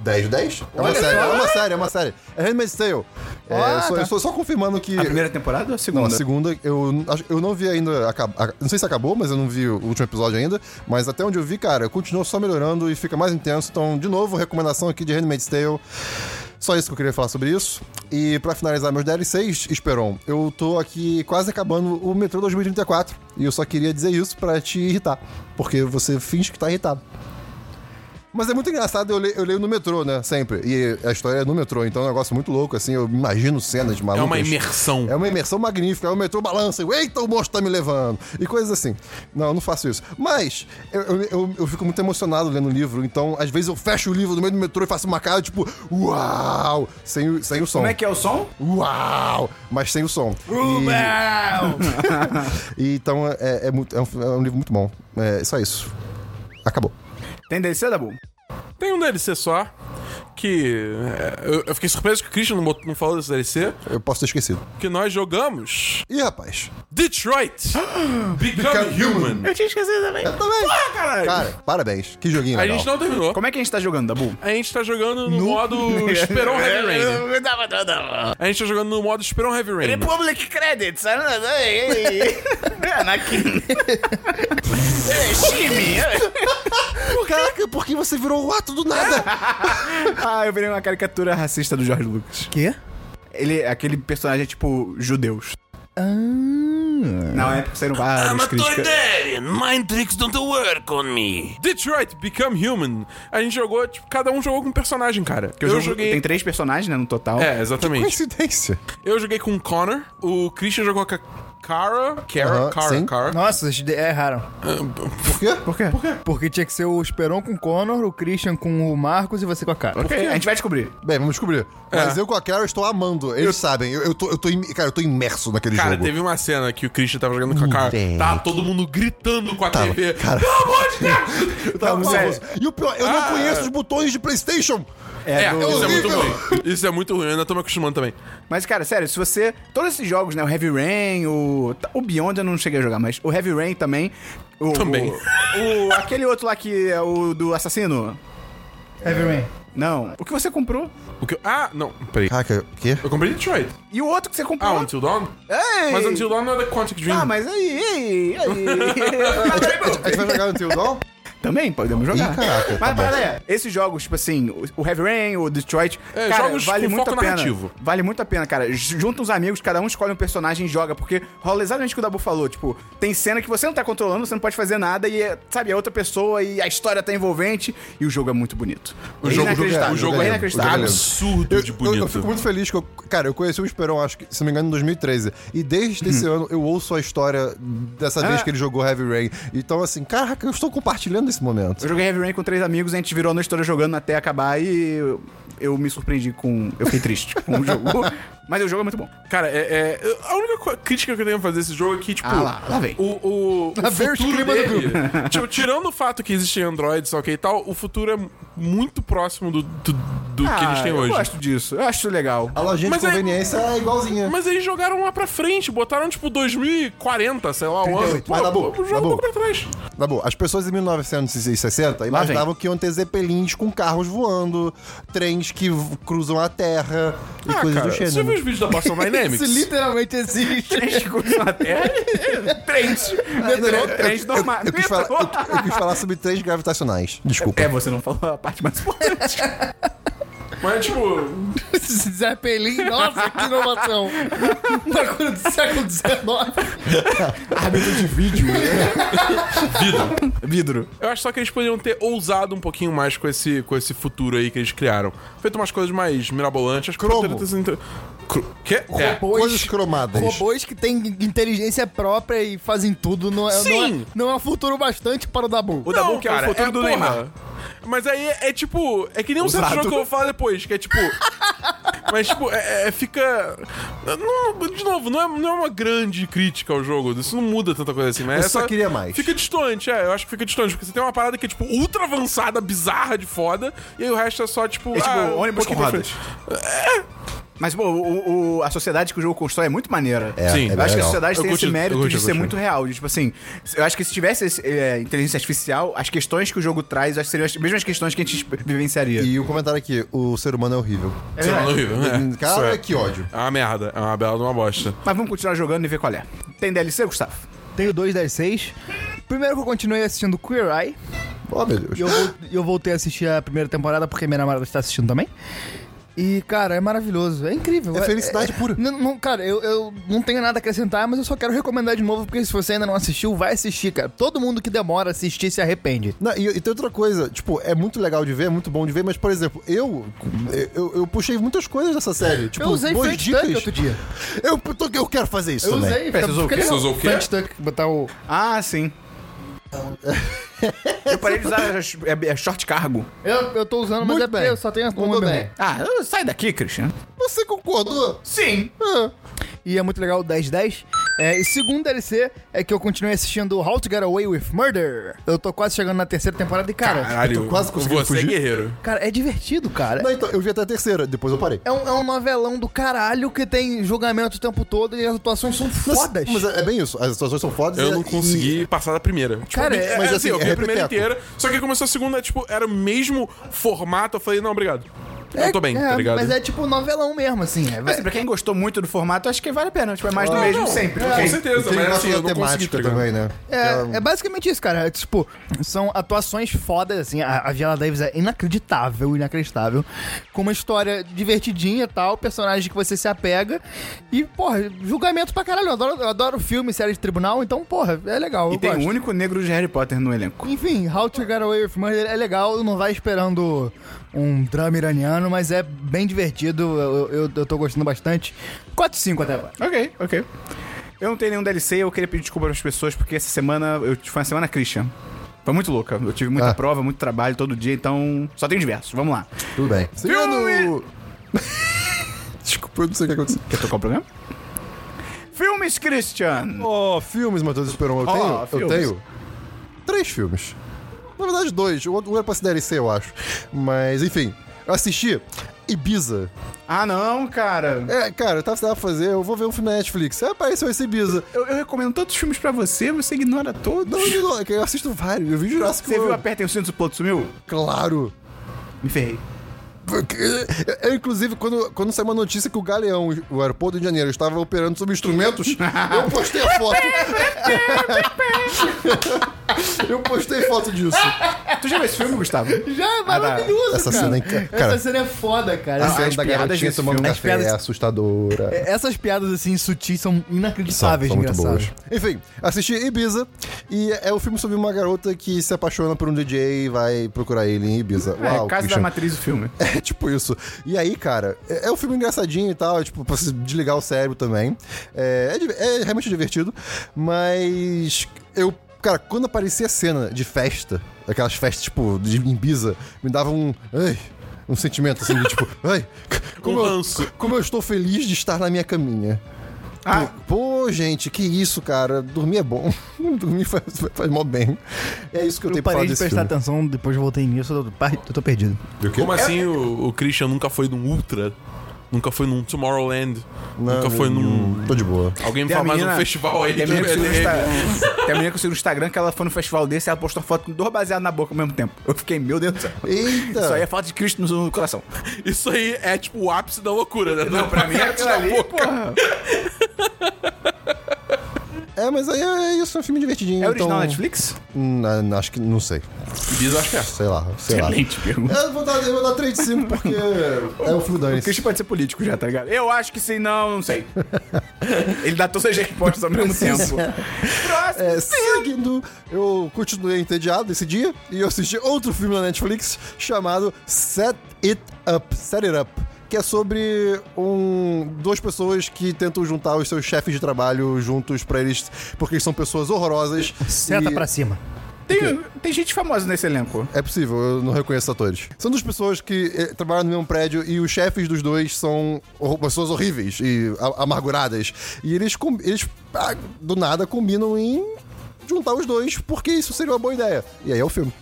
Speaker 2: 10 de 10? É uma série, é uma série, é uma série. É Handmaid's Tale. É, eu, só, eu só- só confirmando que.
Speaker 1: A primeira temporada ou a segunda?
Speaker 2: Não, a segunda, eu, n- acho- eu não vi ainda. acab- a- Não sei se acabou, mas eu não vi o último episódio ainda. Mas até onde eu vi, cara, continua só melhorando e fica mais intenso. Então, de novo, recomendação aqui de Handmaid's Tale. Só isso que eu queria falar sobre isso. E pra finalizar meus DLCs, Esperon, eu tô aqui quase acabando o Metrô 2034. E eu só queria dizer isso pra te irritar. Porque você finge que tá irritado. Mas é muito engraçado, eu, le- eu leio no metrô, né? Sempre. E a história é no metrô, então é um negócio muito louco, assim. Eu imagino cenas
Speaker 1: Tá
Speaker 2: malucas.
Speaker 4: É uma imersão.
Speaker 2: É uma imersão magnífica. Aí o metrô balança. eu, Eita, o monstro tá me levando. E coisas assim. Não, eu não faço isso. Mas eu, eu, eu- eu fico muito emocionado lendo o livro. Então, às vezes, eu fecho o livro no meio do metrô e faço uma cara tipo... Uau! Sem, o- sem o som.
Speaker 1: Como é que é o som?
Speaker 2: Uau! Mas sem o som. E, e então, é, é muito- é um, é um livro muito bom. É só isso. Acabou.
Speaker 1: Tem DLC, Dabu?
Speaker 4: Tem um DLC só. Que. é, eu, eu fiquei surpreso que o Christian não, bot- não falou desse DLC.
Speaker 2: Eu posso ter esquecido.
Speaker 4: Que nós jogamos
Speaker 2: Ih, rapaz.
Speaker 4: Detroit Become Human.
Speaker 1: Eu tinha esquecido também.
Speaker 2: Eu também.
Speaker 4: Ah, caralho!
Speaker 2: Cara, parabéns. Que joguinho
Speaker 4: a
Speaker 2: legal.
Speaker 4: gente não terminou.
Speaker 1: Como é que a gente tá jogando, Dabu?
Speaker 4: A gente tá jogando no, modo Esperon Heavy Rain. A gente tá jogando no modo Esperon Heavy Rain.
Speaker 1: Republic Credits. É, Anakin.
Speaker 2: Caraca, por que você virou o ato do nada?
Speaker 1: Ah, eu virei uma caricatura racista do George Lucas.
Speaker 5: Quê?
Speaker 1: Ele, aquele personagem é tipo judeus.
Speaker 5: Ah.
Speaker 1: Na época saíram várias críticas.
Speaker 4: Mind tricks don't work on me. Detroit Become Human. A gente jogou, tipo, cada um jogou com um personagem, cara.
Speaker 1: Que
Speaker 4: eu
Speaker 1: jogo-
Speaker 4: joguei.
Speaker 1: Tem três personagens, né, no total.
Speaker 4: É, exatamente.
Speaker 2: Coincidência.
Speaker 4: Eu joguei com o Connor, o Christian jogou com a Kara. Kara,
Speaker 2: Aham,
Speaker 4: Kara,
Speaker 2: sim.
Speaker 4: Kara.
Speaker 5: Nossa, vocês de- erraram.
Speaker 2: Por quê?
Speaker 1: Por quê? Por quê?
Speaker 5: Porque tinha que ser o Esperon com o Connor, o Christian com o Marcos e você com a cara.
Speaker 1: A gente vai descobrir.
Speaker 2: Bem, vamos descobrir. Mas eu com a Carol estou amando. Eles sabem. Eu, eu tô, eu tô im- cara, eu tô imerso naquele
Speaker 4: Cara,
Speaker 2: jogo.
Speaker 4: teve uma cena que o Christian tava jogando com a Kara.
Speaker 2: Moleque.
Speaker 4: Tava todo mundo gritando com a
Speaker 2: Ah,
Speaker 4: Tá TV. Pelo amor de Deus!
Speaker 2: Eu tava
Speaker 1: Não, é,
Speaker 2: nervoso.
Speaker 1: sério.
Speaker 2: é E o pior, eu não conheço os botões de Playstation.
Speaker 4: É, isso é muito
Speaker 2: horrível.
Speaker 4: ruim. Isso é muito ruim, eu ainda tô me acostumando também.
Speaker 1: Mas, cara, sério, se você. Todos esses jogos, né? O Heavy Rain, o. O Beyond eu não cheguei a jogar, mas o Heavy Rain também. O,
Speaker 4: Também.
Speaker 1: O, o- aquele outro lá que é o do assassino?
Speaker 5: Heavy Rain.
Speaker 1: Não. O que você comprou?
Speaker 4: O que... Ah, não, peraí.
Speaker 2: Caraca, o quê?
Speaker 4: Eu comprei Detroit.
Speaker 1: E o outro que você comprou?
Speaker 4: Ah, Until Dawn?
Speaker 1: Ei!
Speaker 4: Mas Until Dawn não é da Quantic Dream.
Speaker 1: Ah, mas aí, aí, aí.
Speaker 2: A gente vai jogar no Tio Dom?
Speaker 1: Também podemos jogar.
Speaker 2: Ih, caraca, tá
Speaker 1: mas,
Speaker 2: bom.
Speaker 1: galera, esses jogos, tipo assim, o- o Heavy Rain, o Detroit,
Speaker 4: É,
Speaker 1: cara,
Speaker 4: jogos
Speaker 1: vale
Speaker 4: com
Speaker 1: muito
Speaker 4: foco
Speaker 1: a pena.
Speaker 4: narrativo.
Speaker 1: Vale muito a pena, cara. J- Junta uns amigos, cada um escolhe um personagem e joga, porque rola exatamente o que o Dabu falou, tipo, tem cena que você não tá controlando, você não pode fazer nada e, é, sabe, é outra pessoa e a história tá envolvente e o jogo é muito bonito.
Speaker 4: O jogo-
Speaker 1: inacreditável,
Speaker 4: o jogo
Speaker 1: é
Speaker 4: é-
Speaker 2: o
Speaker 1: inacreditável.
Speaker 2: jogo é
Speaker 4: Absurdo
Speaker 2: Eu,
Speaker 4: de
Speaker 2: eu-
Speaker 4: bonito.
Speaker 2: eu fico muito feliz que eu. Cara, eu conheci o Esperon, acho que, se não me engano, em 2013. E desde esse ano eu ouço a história dessa vez
Speaker 1: Ah.
Speaker 2: que ele jogou Heavy Rain. Então, assim, caraca, eu estou compartilhando esse momento.
Speaker 1: Eu joguei Heavy Rain com três amigos, a gente virou a noite toda jogando até acabar e eu, eu me surpreendi com. Eu fiquei triste com o jogo. Mas o jogo é muito bom.
Speaker 4: Cara, é, é- eu- a única co- crítica que eu tenho a fazer desse jogo é que, tipo.
Speaker 1: Ah, lá, lá vem.
Speaker 4: O, o, o
Speaker 5: Lá vem o
Speaker 4: futuro
Speaker 5: clima do
Speaker 4: dele, tipo, tirando o fato que existem androids, ok e tal, o futuro é muito próximo do, do, do que eles têm
Speaker 1: Ah, eu
Speaker 4: hoje.
Speaker 1: gosto disso, eu acho legal.
Speaker 2: A lojinha
Speaker 4: Mas
Speaker 2: de
Speaker 4: aí-
Speaker 2: conveniência é igualzinha.
Speaker 4: Mas eles jogaram lá pra frente, botaram tipo 2040, sei lá, o ano.
Speaker 2: 38. Mas, Dabu,
Speaker 4: o jogo
Speaker 2: Dabu.
Speaker 4: ficou pra trás.
Speaker 2: Tá bom, as pessoas em 1960 imaginavam que iam ter zeppelins com carros voando, trens que v- cruzam a terra e
Speaker 4: Ah,
Speaker 2: coisas
Speaker 4: cara,
Speaker 2: do
Speaker 4: você já viu
Speaker 2: gênero.
Speaker 4: os vídeos da Boston Dynamics?
Speaker 5: Isso literalmente existe.
Speaker 1: Trens. Metrô, trens
Speaker 2: Eu,
Speaker 1: normal.
Speaker 2: eu quis falar, eu- eu quis falar sobre trens gravitacionais. Desculpa.
Speaker 1: É, você não falou a parte mais importante.
Speaker 4: Mas, tipo,
Speaker 5: Zeppelin, nossa, que inovação. Bagulho do século XIX.
Speaker 1: Árbitro de vídeo.
Speaker 4: vidro.
Speaker 1: Vidro.
Speaker 4: Eu acho só que eles poderiam ter ousado um pouquinho mais com esse, com esse futuro aí que eles criaram. Feito umas coisas mais mirabolantes. Acho que
Speaker 2: Cromo.
Speaker 4: poderiam ter sido inter- Cro- Quê? É.
Speaker 5: Robôs-
Speaker 2: Coisas cromadas.
Speaker 5: Robôs que têm inteligência própria e fazem tudo. Não é, Não
Speaker 4: Sim.
Speaker 5: é, não é um futuro bastante para o Dabu.
Speaker 1: O Dabu que é o
Speaker 4: cara,
Speaker 1: futuro do
Speaker 4: porra.
Speaker 1: Neymar.
Speaker 4: Mas aí é, é tipo. É que nem um certo
Speaker 1: Ousado.
Speaker 4: jogo que eu vou falar depois, que é tipo. mas, tipo, é, é- fica. não- de novo, não é, não é uma grande crítica ao jogo. Isso não muda tanta coisa assim, mas.
Speaker 2: Eu
Speaker 4: é
Speaker 2: só queria mais.
Speaker 4: Fica distante, é. Eu acho que fica distante, porque você tem uma parada que é, tipo, ultra avançada, bizarra de foda, e aí o resto é só, tipo.
Speaker 1: É tipo
Speaker 4: ah,
Speaker 1: ônibus
Speaker 4: pouquinho
Speaker 1: com
Speaker 4: pra
Speaker 1: rodas.
Speaker 4: frente.
Speaker 1: Mas, pô, o- o- a sociedade que o jogo constrói é muito maneira.
Speaker 2: É,
Speaker 4: Sim.
Speaker 2: é bem
Speaker 1: Eu
Speaker 4: Eu
Speaker 1: acho que a
Speaker 2: legal.
Speaker 1: sociedade
Speaker 4: Eu
Speaker 1: tem
Speaker 4: curti-
Speaker 1: esse mérito
Speaker 4: eu curti,
Speaker 1: de
Speaker 4: eu
Speaker 1: ser
Speaker 4: curti.
Speaker 1: muito real. De, tipo assim, eu acho que se tivesse esse, é, inteligência artificial, as questões que o jogo traz, eu acho que seriam as mesmas questões que a gente vivenciaria.
Speaker 2: E o comentário aqui, o ser humano é horrível.
Speaker 1: É
Speaker 4: Isso é
Speaker 1: verdade.
Speaker 4: horrível, né? Isso
Speaker 2: Cara, que ódio.
Speaker 4: É uma merda, é uma bela de uma bosta.
Speaker 1: Mas vamos continuar jogando e ver qual é. Tem DLC, Gustavo?
Speaker 5: Tenho dois das seis. Primeiro que eu continuei assistindo Queer Eye.
Speaker 2: Ó, Oh, meu Deus.
Speaker 5: E eu, vol- e eu voltei a assistir a primeira temporada porque minha namorada está assistindo também. E, cara, é maravilhoso. É incrível.
Speaker 2: É felicidade pura.
Speaker 5: Não, não- cara, eu, eu não tenho nada a acrescentar, mas eu só quero recomendar de novo, porque se você ainda não assistiu, vai assistir, cara. Todo mundo que demora a assistir se arrepende.
Speaker 2: Não, e, e tem outra coisa, tipo, é muito legal de ver, é muito bom de ver, mas, por exemplo, eu eu, eu puxei muitas coisas dessa série. Tipo,
Speaker 5: eu usei
Speaker 2: boas
Speaker 5: French
Speaker 2: dicas.
Speaker 5: Tuck outro dia.
Speaker 2: Eu, tô- eu quero fazer isso
Speaker 5: Eu
Speaker 2: também.
Speaker 5: usei.
Speaker 1: Pera, você usou o quê?
Speaker 5: fica
Speaker 4: Você
Speaker 5: legal.
Speaker 4: usou o quê?
Speaker 5: French Tuck, botar o...
Speaker 1: Ah, sim. eu parei de usar as- é- é short cargo.
Speaker 5: Eu, eu tô usando, mas
Speaker 2: Muito
Speaker 5: é
Speaker 2: bem.
Speaker 5: porque eu só tenho uma
Speaker 2: Mandou
Speaker 5: bem.
Speaker 2: bem.
Speaker 1: Ah, eu- sai daqui, Christian.
Speaker 2: Você concordou?
Speaker 1: Sim.
Speaker 5: E é muito legal o 1010. É, e segundo DLC é que eu continuei assistindo How to Get Away with Murder. Eu tô quase chegando na terceira temporada e, cara,
Speaker 4: Caralho,
Speaker 2: É, eu tô quase conseguindo
Speaker 4: você
Speaker 2: fugir.
Speaker 4: é guerreiro.
Speaker 5: cara, é divertido, cara.
Speaker 2: Não, então, eu vi até a terceira, depois eu parei.
Speaker 5: É um, é um novelão do caralho que tem julgamento o tempo todo e as atuações são
Speaker 2: Mas-
Speaker 5: fodas.
Speaker 2: Mas é, é bem isso, as situações são fodas.
Speaker 4: Eu
Speaker 2: é e-
Speaker 4: não consegui passar da primeira. Tipo,
Speaker 5: Cara,
Speaker 4: eu vi-
Speaker 5: é-
Speaker 2: mas assim,
Speaker 4: eu vi
Speaker 2: é
Speaker 4: a primeira
Speaker 2: repeteco.
Speaker 4: inteira, só que começou a segunda, tipo, era o mesmo formato. Eu falei, não, obrigado. eu tô bem,
Speaker 5: é,
Speaker 4: tá ligado?
Speaker 5: Mas é tipo novelão mesmo, assim. É,
Speaker 1: Assim, pra quem gostou muito do formato, acho que vale a pena. Tipo, é mais do
Speaker 4: Não,
Speaker 1: mesmo
Speaker 4: não,
Speaker 1: sempre.
Speaker 4: é,
Speaker 1: ok?
Speaker 4: Com certeza,
Speaker 2: Tem
Speaker 4: mas
Speaker 2: uma
Speaker 4: assim, eu não consegui, tá
Speaker 2: temática
Speaker 4: ligado?
Speaker 2: também, né?
Speaker 5: É, é basicamente isso, cara. É, tipo, são atuações fodas, assim. A, a Viola Davis é inacreditável, inacreditável. Com uma história divertidinha e tal, personagem que você se apega. E, porra, julgamento pra caralho. Eu adoro, eu adoro filme, série de tribunal, então, porra, é legal.
Speaker 1: E
Speaker 5: eu
Speaker 1: tem
Speaker 4: um
Speaker 5: gosto.
Speaker 1: o único negro de Harry Potter no elenco.
Speaker 5: Enfim, How to Get Away with Murder é legal, não vai esperando um drama iraniano, mas é bem divertido, eu, eu, eu tô gostando bastante. 4 5 até agora.
Speaker 1: Ok, ok. Eu não tenho nenhum DLC, eu queria pedir desculpa pras pessoas, porque essa semana eu foi uma semana Christian. Foi muito louca. Eu tive muita
Speaker 2: Ah.
Speaker 1: prova, muito trabalho todo dia, então. Só tem diversos. Vamos lá.
Speaker 5: é
Speaker 2: Tudo bem. Seguindo... Desculpa, eu não sei o que aconteceu.
Speaker 1: Quer tocar o programa? Filmes Christian!
Speaker 2: Ó, filmes, Matheus Esperon. Eu
Speaker 1: Ó,
Speaker 2: tenho.
Speaker 1: filmes.
Speaker 2: Eu tenho. Três filmes. Na verdade, dois. O outro era pra ser DLC, eu acho. Mas, enfim. Eu assisti Ibiza.
Speaker 1: Ah, não, cara.
Speaker 2: É, cara, eu tava sem nada pra fazer, eu vou ver um filme na Netflix. É, apareceu esse Ibiza.
Speaker 1: Eu, eu recomendo tantos filmes pra você, você ignora todos.
Speaker 2: Não, não, não, é que eu assisto vários. Eu vi Jurassic
Speaker 1: Você viu
Speaker 2: World.
Speaker 1: Apertem o Cinto e o Piloto Sumiu?
Speaker 2: Claro.
Speaker 1: Me ferrei.
Speaker 2: Porque- Eu, inclusive, quando, quando saiu uma notícia que o Galeão, o aeroporto de Janeiro, estava operando sob instrumentos, eu postei a foto. eu postei foto disso.
Speaker 1: É, Tu já viu esse filme, Gustavo?
Speaker 5: Já é
Speaker 1: tá.
Speaker 5: maravilhoso,
Speaker 2: Ah, Essa
Speaker 5: cara.
Speaker 2: cena é inc- cara.
Speaker 5: Essa cena é foda, cara.
Speaker 2: A
Speaker 5: Essa-
Speaker 2: cena
Speaker 1: as
Speaker 2: da
Speaker 1: piadas É,
Speaker 2: garotinha
Speaker 1: desse
Speaker 2: tomando
Speaker 1: filme,
Speaker 5: as
Speaker 2: café
Speaker 5: piadas-
Speaker 2: é assustadora.
Speaker 5: Essas piadas, assim, sutis são
Speaker 2: São-
Speaker 5: inacreditáveis,
Speaker 2: são muito
Speaker 5: engraçadas.
Speaker 2: boas. Enfim, assisti Ibiza e é o filme sobre uma garota que se apaixona por um DJ e vai procurar ele em Ibiza.
Speaker 1: é,
Speaker 2: Uau,
Speaker 1: Casa
Speaker 2: Christian.
Speaker 1: da Matriz, o filme.
Speaker 2: É tipo isso. E aí, cara, é é um filme engraçadinho e tal, é, tipo, pra se desligar o cérebro também. É, é di- é realmente divertido, mas eu. Cara, quando aparecia a cena de festa, aquelas festas, tipo, de Ibiza, me dava um. Ai, um sentimento assim de tipo, ai, como,
Speaker 4: Um
Speaker 2: eu,
Speaker 4: ranço.
Speaker 2: como eu estou feliz de estar na minha caminha.
Speaker 1: Ah.
Speaker 2: Pô, pô, gente, que isso, cara. Dormir é bom. Dormir faz, faz mó bem. É isso que eu,
Speaker 5: Eu
Speaker 2: tenho pra falar
Speaker 5: parei de
Speaker 2: desse
Speaker 5: prestar
Speaker 2: filme.
Speaker 5: atenção, depois voltei nisso, eu tô, par- eu tô perdido.
Speaker 4: Como
Speaker 1: É.
Speaker 4: assim o, o Christian nunca foi num Ultra? Nunca foi num Tomorrowland? nunca foi num.
Speaker 2: Tô de boa.
Speaker 4: Alguém me fala mais um festival aí
Speaker 1: tem a
Speaker 4: que
Speaker 1: menina que eu sigo no
Speaker 4: é-
Speaker 1: Insta- tem a menina que eu sigo no Instagram que ela foi no festival desse e ela postou foto com dor baseada na boca ao mesmo tempo. Eu fiquei, meu Deus do céu.
Speaker 2: Eita!
Speaker 1: Isso aí é falta de Cristo no no coração.
Speaker 4: Isso aí é tipo o ápice da loucura, né?
Speaker 1: Não, pra mim é aquilo ali, porra.
Speaker 2: É, mas aí é isso, é um filme divertidinho.
Speaker 1: É original
Speaker 2: então...
Speaker 1: Netflix?
Speaker 2: Hum, ah, acho que não sei.
Speaker 4: Ibiza, eu acho que é.
Speaker 2: Sei lá, sei lá.
Speaker 1: Excelente pergunta.
Speaker 2: Eu vou, dar, eu vou dar 3 de 5 porque é o filme da
Speaker 1: O Christian pode ser político já, tá ligado? Eu acho que sim, não, não sei. Ele dá todas as respostas ao mesmo tempo. Próximo.
Speaker 2: é, Seguindo, eu continuei entediado esse dia e eu assisti outro filme na Netflix chamado Set It Up, Set It Up. Que é sobre um, duas pessoas que tentam juntar os seus chefes de trabalho juntos pra eles. Porque eles são pessoas horrorosas.
Speaker 5: Seta
Speaker 2: e-
Speaker 5: pra cima.
Speaker 1: Tem, tem gente famosa nesse elenco.
Speaker 2: É possível, eu não reconheço atores. São duas pessoas que eh, trabalham no mesmo prédio e os chefes dos dois são hor- pessoas horríveis e a- amarguradas. E eles, com- eles ah, do nada combinam em juntar os dois, porque isso seria uma boa ideia. E aí é o filme.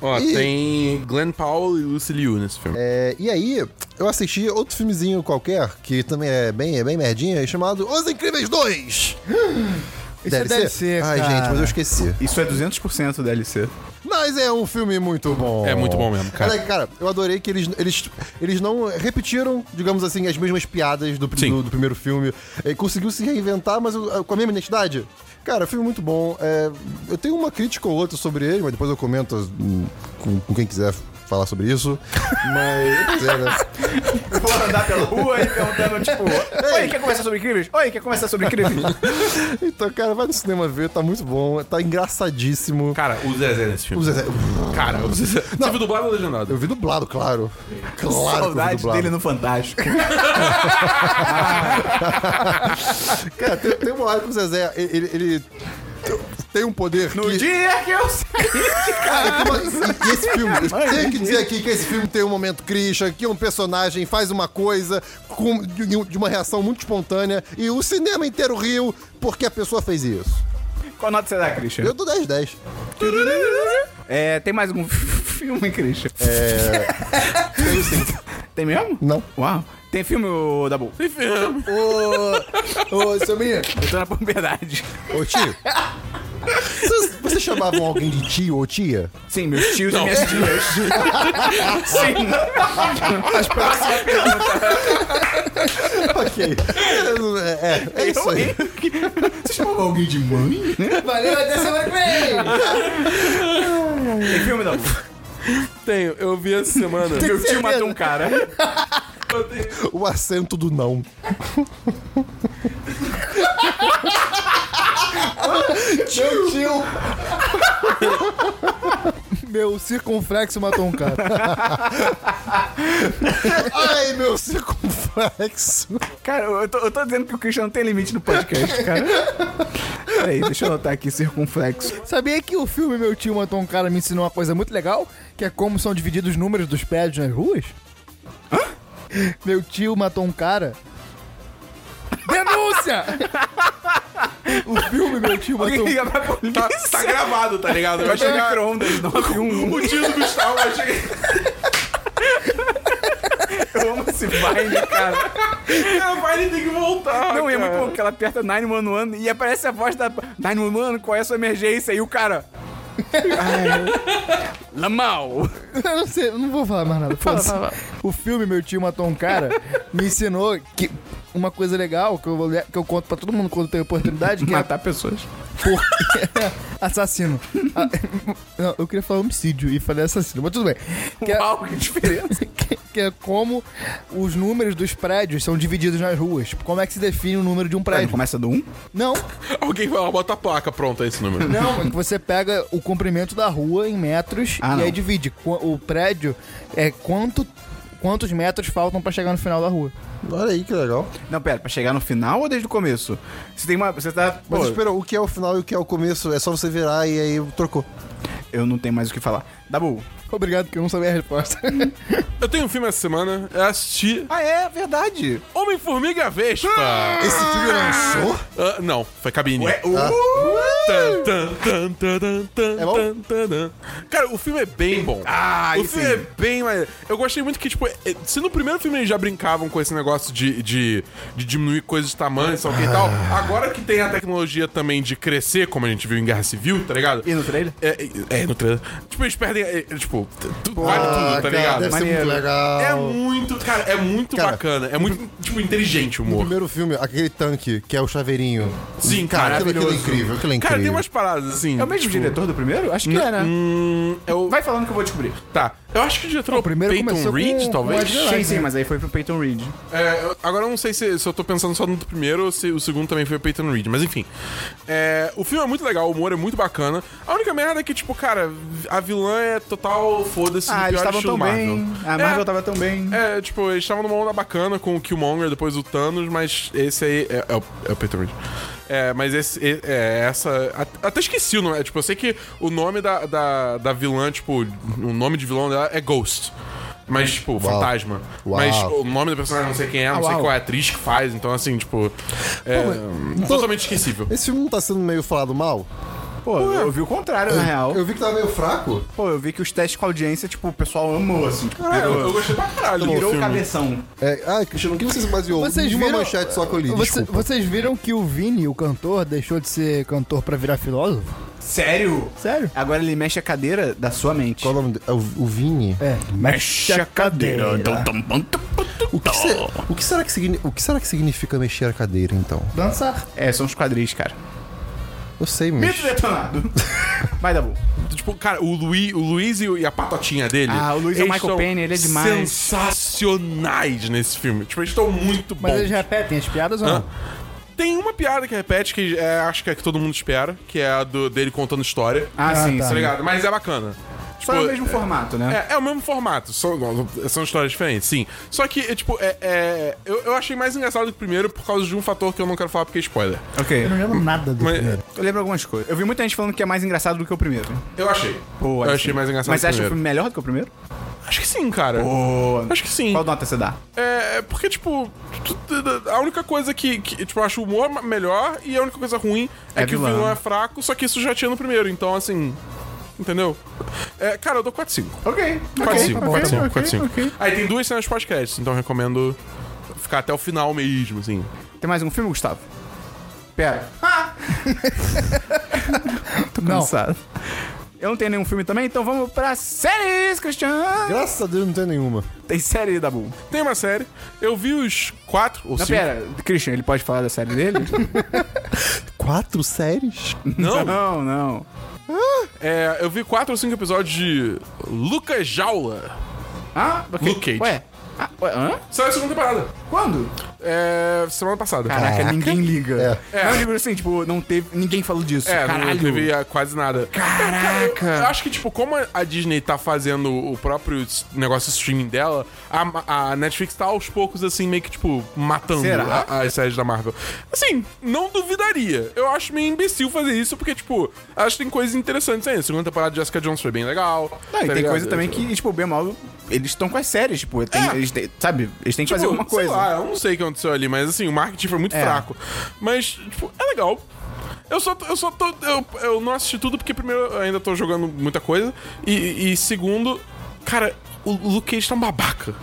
Speaker 4: Ó,
Speaker 2: E-
Speaker 4: tem Glenn Powell e Lucy Liu nesse filme.
Speaker 2: É, e aí, eu assisti outro filmezinho qualquer, que também é bem, é bem merdinha, chamado Os Incríveis 2!
Speaker 5: Isso é DLC,
Speaker 2: Ai,
Speaker 5: cara.
Speaker 2: gente, mas eu esqueci.
Speaker 1: Isso é 200% DLC.
Speaker 2: Mas é um filme muito bom.
Speaker 4: É muito bom mesmo, cara.
Speaker 2: Olha, cara, eu adorei que eles, eles, eles não repetiram, digamos assim, as mesmas piadas do,
Speaker 4: Sim.
Speaker 2: do, do primeiro filme. É, conseguiu se reinventar, mas uh, com a mesma identidade. Cara, filme muito bom. É, eu tenho uma crítica ou outra sobre ele, mas depois eu comento hum, com, com quem quiser falar sobre isso. Mas. pois é, né?
Speaker 1: Eu vou andar pela rua e perguntando, tipo, Oi, quer conversar sobre crimes? Oi, quer conversar sobre crimes?
Speaker 2: Então, cara, vai no cinema ver, tá muito bom, tá engraçadíssimo.
Speaker 4: Cara, o Zezé nesse
Speaker 2: O
Speaker 4: filme.
Speaker 2: Zezé-
Speaker 4: Cara, o Zezé. Você viu dublado ou legendado?
Speaker 2: Eu vi dublado, claro. Claro que eu vi
Speaker 1: Saudade
Speaker 2: dublado.
Speaker 1: dele né? no Fantástico.
Speaker 2: Cara, tem, tem uma hora que o Zezé, ele, ele tem um poder
Speaker 1: No
Speaker 2: que...
Speaker 1: dia que eu saí.
Speaker 2: Cara, tem uma- e esse filme, tem que dizer aqui que esse filme tem um momento Christian, que um personagem faz uma coisa com, de, de uma reação muito espontânea e o cinema inteiro riu porque a pessoa fez isso.
Speaker 1: Qual nota você dá, Christian?
Speaker 2: Eu dou 10-10.
Speaker 1: É, tem mais algum filme, Christian? É. tem mesmo?
Speaker 2: Não.
Speaker 1: Uau. Tem filme, ô Dabu?
Speaker 4: Tem filme.
Speaker 5: Ô, ô, seu menino,
Speaker 1: Eu tô na puberdade.
Speaker 2: Ô, tio. Vocês, vocês chamavam alguém de tio ou tia?
Speaker 1: Sim, meus tios e minhas tias. Sim. Mas próxima pergunta.
Speaker 2: Ok. É, é, é isso aí.
Speaker 1: Você chamou alguém de mãe?
Speaker 5: valeu, até semana que vem!
Speaker 1: Tem filme, Dabu?
Speaker 4: Tenho, eu vi essa semana.
Speaker 1: Meu tio matou um cara.
Speaker 2: O acento do não.
Speaker 5: Meu tio! Meu circunflexo matou um cara.
Speaker 2: Ai, meu circunflexo.
Speaker 1: Cara, eu tô, eu tô dizendo que o Christian não tem limite no podcast, cara. Peraí, deixa eu anotar aqui, circunflexo.
Speaker 5: Sabia que o filme Meu Tio Matou um Cara me ensinou uma coisa muito legal? Que é como são divididos os números dos prédios nas ruas? Meu tio matou um cara. Denúncia! o filme Meu Tio Matou
Speaker 1: Alguém
Speaker 5: um
Speaker 1: liga pra polícia.
Speaker 4: Tá, tá gravado, tá ligado?
Speaker 1: Vai
Speaker 4: Vai
Speaker 1: chegar
Speaker 4: chegar
Speaker 1: micro-ondas,
Speaker 4: o
Speaker 1: 91.
Speaker 4: tio do Gustavo, vai chegar.
Speaker 1: Eu amo esse Vine, cara.
Speaker 4: Cara, vai ele tem que voltar.
Speaker 1: Não, e é
Speaker 4: cara.
Speaker 1: muito bom que ela aperta 911 e aparece a voz da 911, qual é a sua emergência? E o cara... Ai, Lamal.
Speaker 5: Eu não sei, eu não vou falar mais nada. foda-se. O filme Meu Tio Matou um Cara me ensinou que uma coisa legal que eu, vou- que eu conto pra todo mundo quando tem oportunidade, que é
Speaker 1: Matar pessoas.
Speaker 5: por... assassino. Ah, não, eu queria falar homicídio e falei assassino, mas tudo bem. Que é-
Speaker 1: Uau, que diferença.
Speaker 5: que- que é como os números dos prédios são divididos nas ruas. Como é que se define o número de um
Speaker 1: Peraí,
Speaker 5: prédio?
Speaker 1: começa do 1?
Speaker 5: Não,
Speaker 4: Alguém vai lá, bota a placa, pronto, é esse número.
Speaker 5: não. Você pega o comprimento da rua em metros
Speaker 1: Ah,
Speaker 5: e aí
Speaker 1: não.
Speaker 5: divide. Qu- O prédio é quanto, quantos metros faltam pra chegar no final da rua.
Speaker 2: Olha aí, que legal.
Speaker 1: Não, pera, pra chegar no final ou desde o começo? Você tem uma... Você tá...
Speaker 2: Mas
Speaker 1: Pô,
Speaker 2: espera, o que é o final e o que é o começo? É só você virar e aí trocou.
Speaker 1: eu não tenho mais o que falar. Dabu.
Speaker 5: Obrigado, que eu não sabia a resposta.
Speaker 1: Hum,
Speaker 4: Eu tenho um filme essa semana, eu assisti
Speaker 1: Ah, é? Verdade.
Speaker 4: Homem-Formiga Vespa.
Speaker 2: Ah! Esse filme lançou?
Speaker 4: Ah, não, foi cabine. Ah.
Speaker 1: Ué, uh!
Speaker 4: Tan, tan, tan, tan, tan, tan,
Speaker 2: É bom?
Speaker 4: tan, tan, tan. Cara, o filme é bem bom.
Speaker 1: Ah,
Speaker 4: o
Speaker 1: aí
Speaker 4: filme
Speaker 1: sim.
Speaker 4: é bem mais. Eu gostei muito que, tipo, é- se no primeiro filme eles já brincavam com esse negócio de, de, de diminuir coisas de tamanho, sei lá o que e tal,
Speaker 2: Ah.
Speaker 4: agora que tem a tecnologia também de crescer, como a gente viu em Guerra Civil, tá ligado?
Speaker 1: E no trailer?
Speaker 4: É, é, é, no trailer. Tipo, eles perdem. é, é, tipo, t- tu- vale tudo, tá ligado?
Speaker 2: Ah, Deve ser
Speaker 1: Maneiro.
Speaker 2: muito legal.
Speaker 4: É muito, cara, é muito
Speaker 2: Cara,
Speaker 4: bacana. É muito, tipo, inteligente o
Speaker 2: O
Speaker 4: humor.
Speaker 2: primeiro filme, aquele tanque que é o chaveirinho. aquilo,
Speaker 4: Sim,
Speaker 2: aquilo é
Speaker 4: maravilhoso.
Speaker 2: incrível, aquilo é incrível.
Speaker 4: Cara, tem umas paradas assim.
Speaker 1: É o mesmo
Speaker 4: tipo,
Speaker 1: diretor do primeiro? Acho que é, né?
Speaker 4: é o-
Speaker 1: Vai falando que eu vou descobrir.
Speaker 4: Tá. Eu acho que o diretor é o
Speaker 5: primeiro
Speaker 4: Peyton
Speaker 5: começou
Speaker 4: Reed,
Speaker 5: com-
Speaker 4: talvez.
Speaker 5: com a-
Speaker 1: Sim, sim, mas aí foi pro Peyton Reed.
Speaker 4: É, eu- agora eu não sei se, se eu tô pensando só no primeiro ou se o segundo também foi o Peyton Reed, mas enfim. É, o filme é muito legal, o humor é muito bacana. A única merda é que, tipo, cara, a vilã é total foda-se no
Speaker 1: Ah, eles
Speaker 4: pior
Speaker 1: estavam tão
Speaker 4: estilo Marvel.
Speaker 1: bem. A Marvel tava tão bem.
Speaker 4: É, tipo, eles estavam numa onda bacana com o Killmonger, depois o Thanos, mas esse aí é, é o, é o Peter Reed. É, mas esse, é, é, essa. at- Até esqueci o nome. é, Tipo, eu sei que o nome da, da, da vilã, tipo, o nome de vilão dela é Ghost. Mas, tipo, fantasma.
Speaker 2: Uau.
Speaker 4: Mas o nome do personagem eu não sei quem é, não sei
Speaker 1: Ah, uau.
Speaker 4: qual é a atriz que faz, então, assim, tipo. É,
Speaker 2: mas-
Speaker 4: totalmente esquecível.
Speaker 2: Esse filme não tá sendo meio falado mal?
Speaker 1: Pô, É. eu vi o contrário, na real.
Speaker 2: Eu vi que tava meio fraco.
Speaker 1: Pô, eu vi que os testes com audiência, tipo, o pessoal amou, assim. Tipo,
Speaker 4: Cara, eu,
Speaker 1: virou-
Speaker 4: eu gostei pra caralho do
Speaker 1: virou o
Speaker 4: filme.
Speaker 1: cabeção.
Speaker 2: É, ah, Cristiano, o que você se baseou?
Speaker 5: Vocês
Speaker 2: Nenhuma
Speaker 5: viram-
Speaker 2: manchete só que eu li,
Speaker 5: Você-
Speaker 2: desculpa.
Speaker 5: vocês viram que o Vini, o cantor, deixou de ser cantor pra virar filósofo?
Speaker 1: Sério?
Speaker 5: Sério?
Speaker 1: Agora ele mexe a cadeira da sua mente.
Speaker 2: Qual o nome dele? É o, o Vini?
Speaker 5: É.
Speaker 1: Mexe a cadeira.
Speaker 2: O que, cê- o que será que signi- o que será que significa mexer a cadeira, então?
Speaker 5: Dançar.
Speaker 1: É, são os quadris, cara.
Speaker 2: Eu sei,
Speaker 1: Mito
Speaker 2: mas...
Speaker 1: detonado. Vai, Dabu.
Speaker 4: Tipo, cara, o Luiz, o Luiz e o- e a patotinha dele.
Speaker 1: Ah, o Luiz é o
Speaker 4: eles
Speaker 1: Michael
Speaker 4: são
Speaker 1: Payne, ele é demais.
Speaker 4: Sensacionais nesse filme. Tipo, eles estão muito
Speaker 5: Mas
Speaker 4: bons.
Speaker 5: eles
Speaker 1: é
Speaker 5: repetem as piadas ou não?
Speaker 4: Tem uma piada que repete, que é, acho que é a que todo mundo espera, que é a do, dele contando história.
Speaker 1: Ah, sim,
Speaker 5: tá.
Speaker 4: Tá
Speaker 1: sim.
Speaker 4: ligado? Mas é bacana. Tipo,
Speaker 1: Só é o mesmo formato, né?
Speaker 4: É, é o mesmo formato, são, são histórias diferentes, sim. Só que, é, tipo, é, é- eu, eu achei mais engraçado do que o primeiro por causa de um fator que eu não quero falar porque é spoiler.
Speaker 1: Ok.
Speaker 5: Eu não lembro nada do
Speaker 4: Mas-
Speaker 5: primeiro.
Speaker 1: Eu lembro algumas coisas. Eu vi muita gente falando que é mais engraçado do que o primeiro.
Speaker 4: Eu achei.
Speaker 1: Pô,
Speaker 4: eu
Speaker 1: olha
Speaker 4: achei
Speaker 1: assim.
Speaker 4: mais engraçado
Speaker 1: Mas
Speaker 4: do
Speaker 1: você
Speaker 4: que
Speaker 1: acha
Speaker 4: o
Speaker 1: o
Speaker 4: primeiro.
Speaker 1: filme melhor do que o primeiro?
Speaker 4: Acho que sim, cara.
Speaker 1: Pô.
Speaker 4: Acho que sim.
Speaker 1: Qual nota você dá?
Speaker 4: É, porque, tipo, tu- tu- a única coisa que, que, tipo, eu acho o humor ma- melhor e a única coisa ruim é,
Speaker 1: É
Speaker 4: que
Speaker 1: vilão.
Speaker 4: o vilão é fraco, só que isso já tinha no primeiro, então, assim. Entendeu? É, cara, eu dou 4-5.
Speaker 1: Ok.
Speaker 4: 4-5,
Speaker 1: ok,
Speaker 4: 4-5,
Speaker 1: ok,
Speaker 4: 4-5.
Speaker 1: ok.
Speaker 4: Aí tem duas cenas podcast, então eu recomendo ficar até o final mesmo, assim.
Speaker 1: Tem mais um filme, Gustavo? Pera. Tô
Speaker 5: Não.
Speaker 1: cansado. Eu não tenho nenhum filme também, então vamos pra séries, Christian!
Speaker 2: Graças a Deus não tem nenhuma.
Speaker 1: Tem série, Dabu.
Speaker 4: Tem uma série, eu vi os quatro ou
Speaker 1: Não,
Speaker 4: cinco.
Speaker 1: pera. Christian, ele pode falar da série dele?
Speaker 2: Quatro séries?
Speaker 4: Não,
Speaker 1: não, não.
Speaker 4: é, eu vi quatro ou cinco episódios de Lucas Jaula.
Speaker 1: Ah, ok.
Speaker 4: Luke Cage.
Speaker 1: Ué. Ah, ué, hã?
Speaker 4: Saiu a segunda parada.
Speaker 1: Quando?
Speaker 4: É, semana passada.
Speaker 1: Caraca, ninguém liga.
Speaker 4: É.
Speaker 1: Não, eu digo assim, tipo, não teve... Ninguém falou disso.
Speaker 4: É,
Speaker 1: Caralho.
Speaker 4: não teve ah, quase nada.
Speaker 1: Caraca.
Speaker 4: Eu acho que, tipo, como a- a Disney tá fazendo o próprio s- negócio de streaming dela, a, a Netflix tá aos poucos, assim, meio que, tipo, matando
Speaker 1: Será?
Speaker 4: a- as séries da Marvel. Assim, não duvidaria. Eu acho meio imbecil fazer isso, porque, tipo, acho que tem coisas interessantes aí. A segunda temporada de Jessica Jones foi bem legal.
Speaker 1: Não, e
Speaker 4: tá
Speaker 1: tem
Speaker 4: ligado?
Speaker 1: coisa também que, tipo, bem ou mal, eles estão com as séries, tipo, tem-
Speaker 4: É.
Speaker 1: eles têm, sabe, eles têm que
Speaker 4: Tipo,
Speaker 1: fazer alguma coisa.
Speaker 4: Sei lá, eu não sei o que aconteceu ali, mas assim, o marketing foi muito
Speaker 1: É.
Speaker 4: fraco. Mas, tipo, é legal. Eu só, tô- eu só tô. Eu, eu não assisti tudo porque, primeiro, eu ainda tô jogando muita coisa. E, e segundo, cara, o Luke Cage tá um babaca.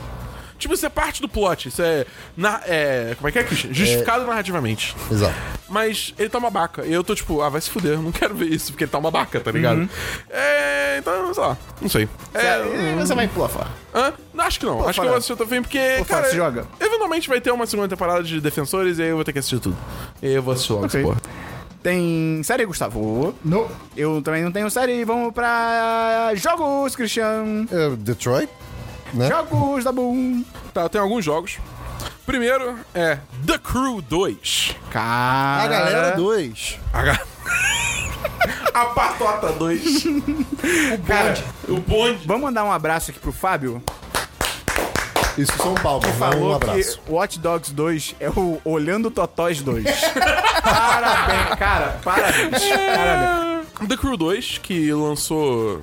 Speaker 4: Tipo, isso é parte do plot. Isso é. Na, é como é que é, Christian? Justificado narrativamente.
Speaker 2: Exato.
Speaker 4: Mas ele tá uma babaca. E eu tô tipo, ah, vai se fuder, eu não quero ver isso, porque ele tá uma babaca, tá ligado? É. Então, sei lá, não sei. É,
Speaker 1: Uhum. É, você vai pular fora.
Speaker 4: Hã? Não, Acho que não. acho que eu
Speaker 1: fora.
Speaker 4: vou assistir o fim porque,
Speaker 1: Pô, fora,
Speaker 4: cara,
Speaker 1: se joga.
Speaker 4: eventualmente vai ter uma segunda temporada de Defensores e aí eu vou ter que assistir tudo. E aí eu vou assistir logo essa
Speaker 1: Ok.
Speaker 4: porra.
Speaker 1: Tem série, Gustavo?
Speaker 5: No.
Speaker 1: Eu também não tenho série, vamos pra jogos, Christian.
Speaker 2: É, Detroit? Né?
Speaker 1: Jogos da Boom.
Speaker 4: Tá, eu tenho alguns jogos. Primeiro é The Crew 2.
Speaker 1: Cara.
Speaker 2: A
Speaker 1: é?
Speaker 2: Galera 2.
Speaker 4: A Patota 2.
Speaker 1: Cara,
Speaker 4: o bonde.
Speaker 1: vamos mandar um abraço aqui pro Fábio.
Speaker 2: Isso, São Paulo. Um
Speaker 1: Falou
Speaker 2: abraço.
Speaker 1: que Watch Dogs 2 é o Olhando Totós 2. parabéns, cara. Parabéns. parabéns.
Speaker 4: É. The Crew 2, que lançou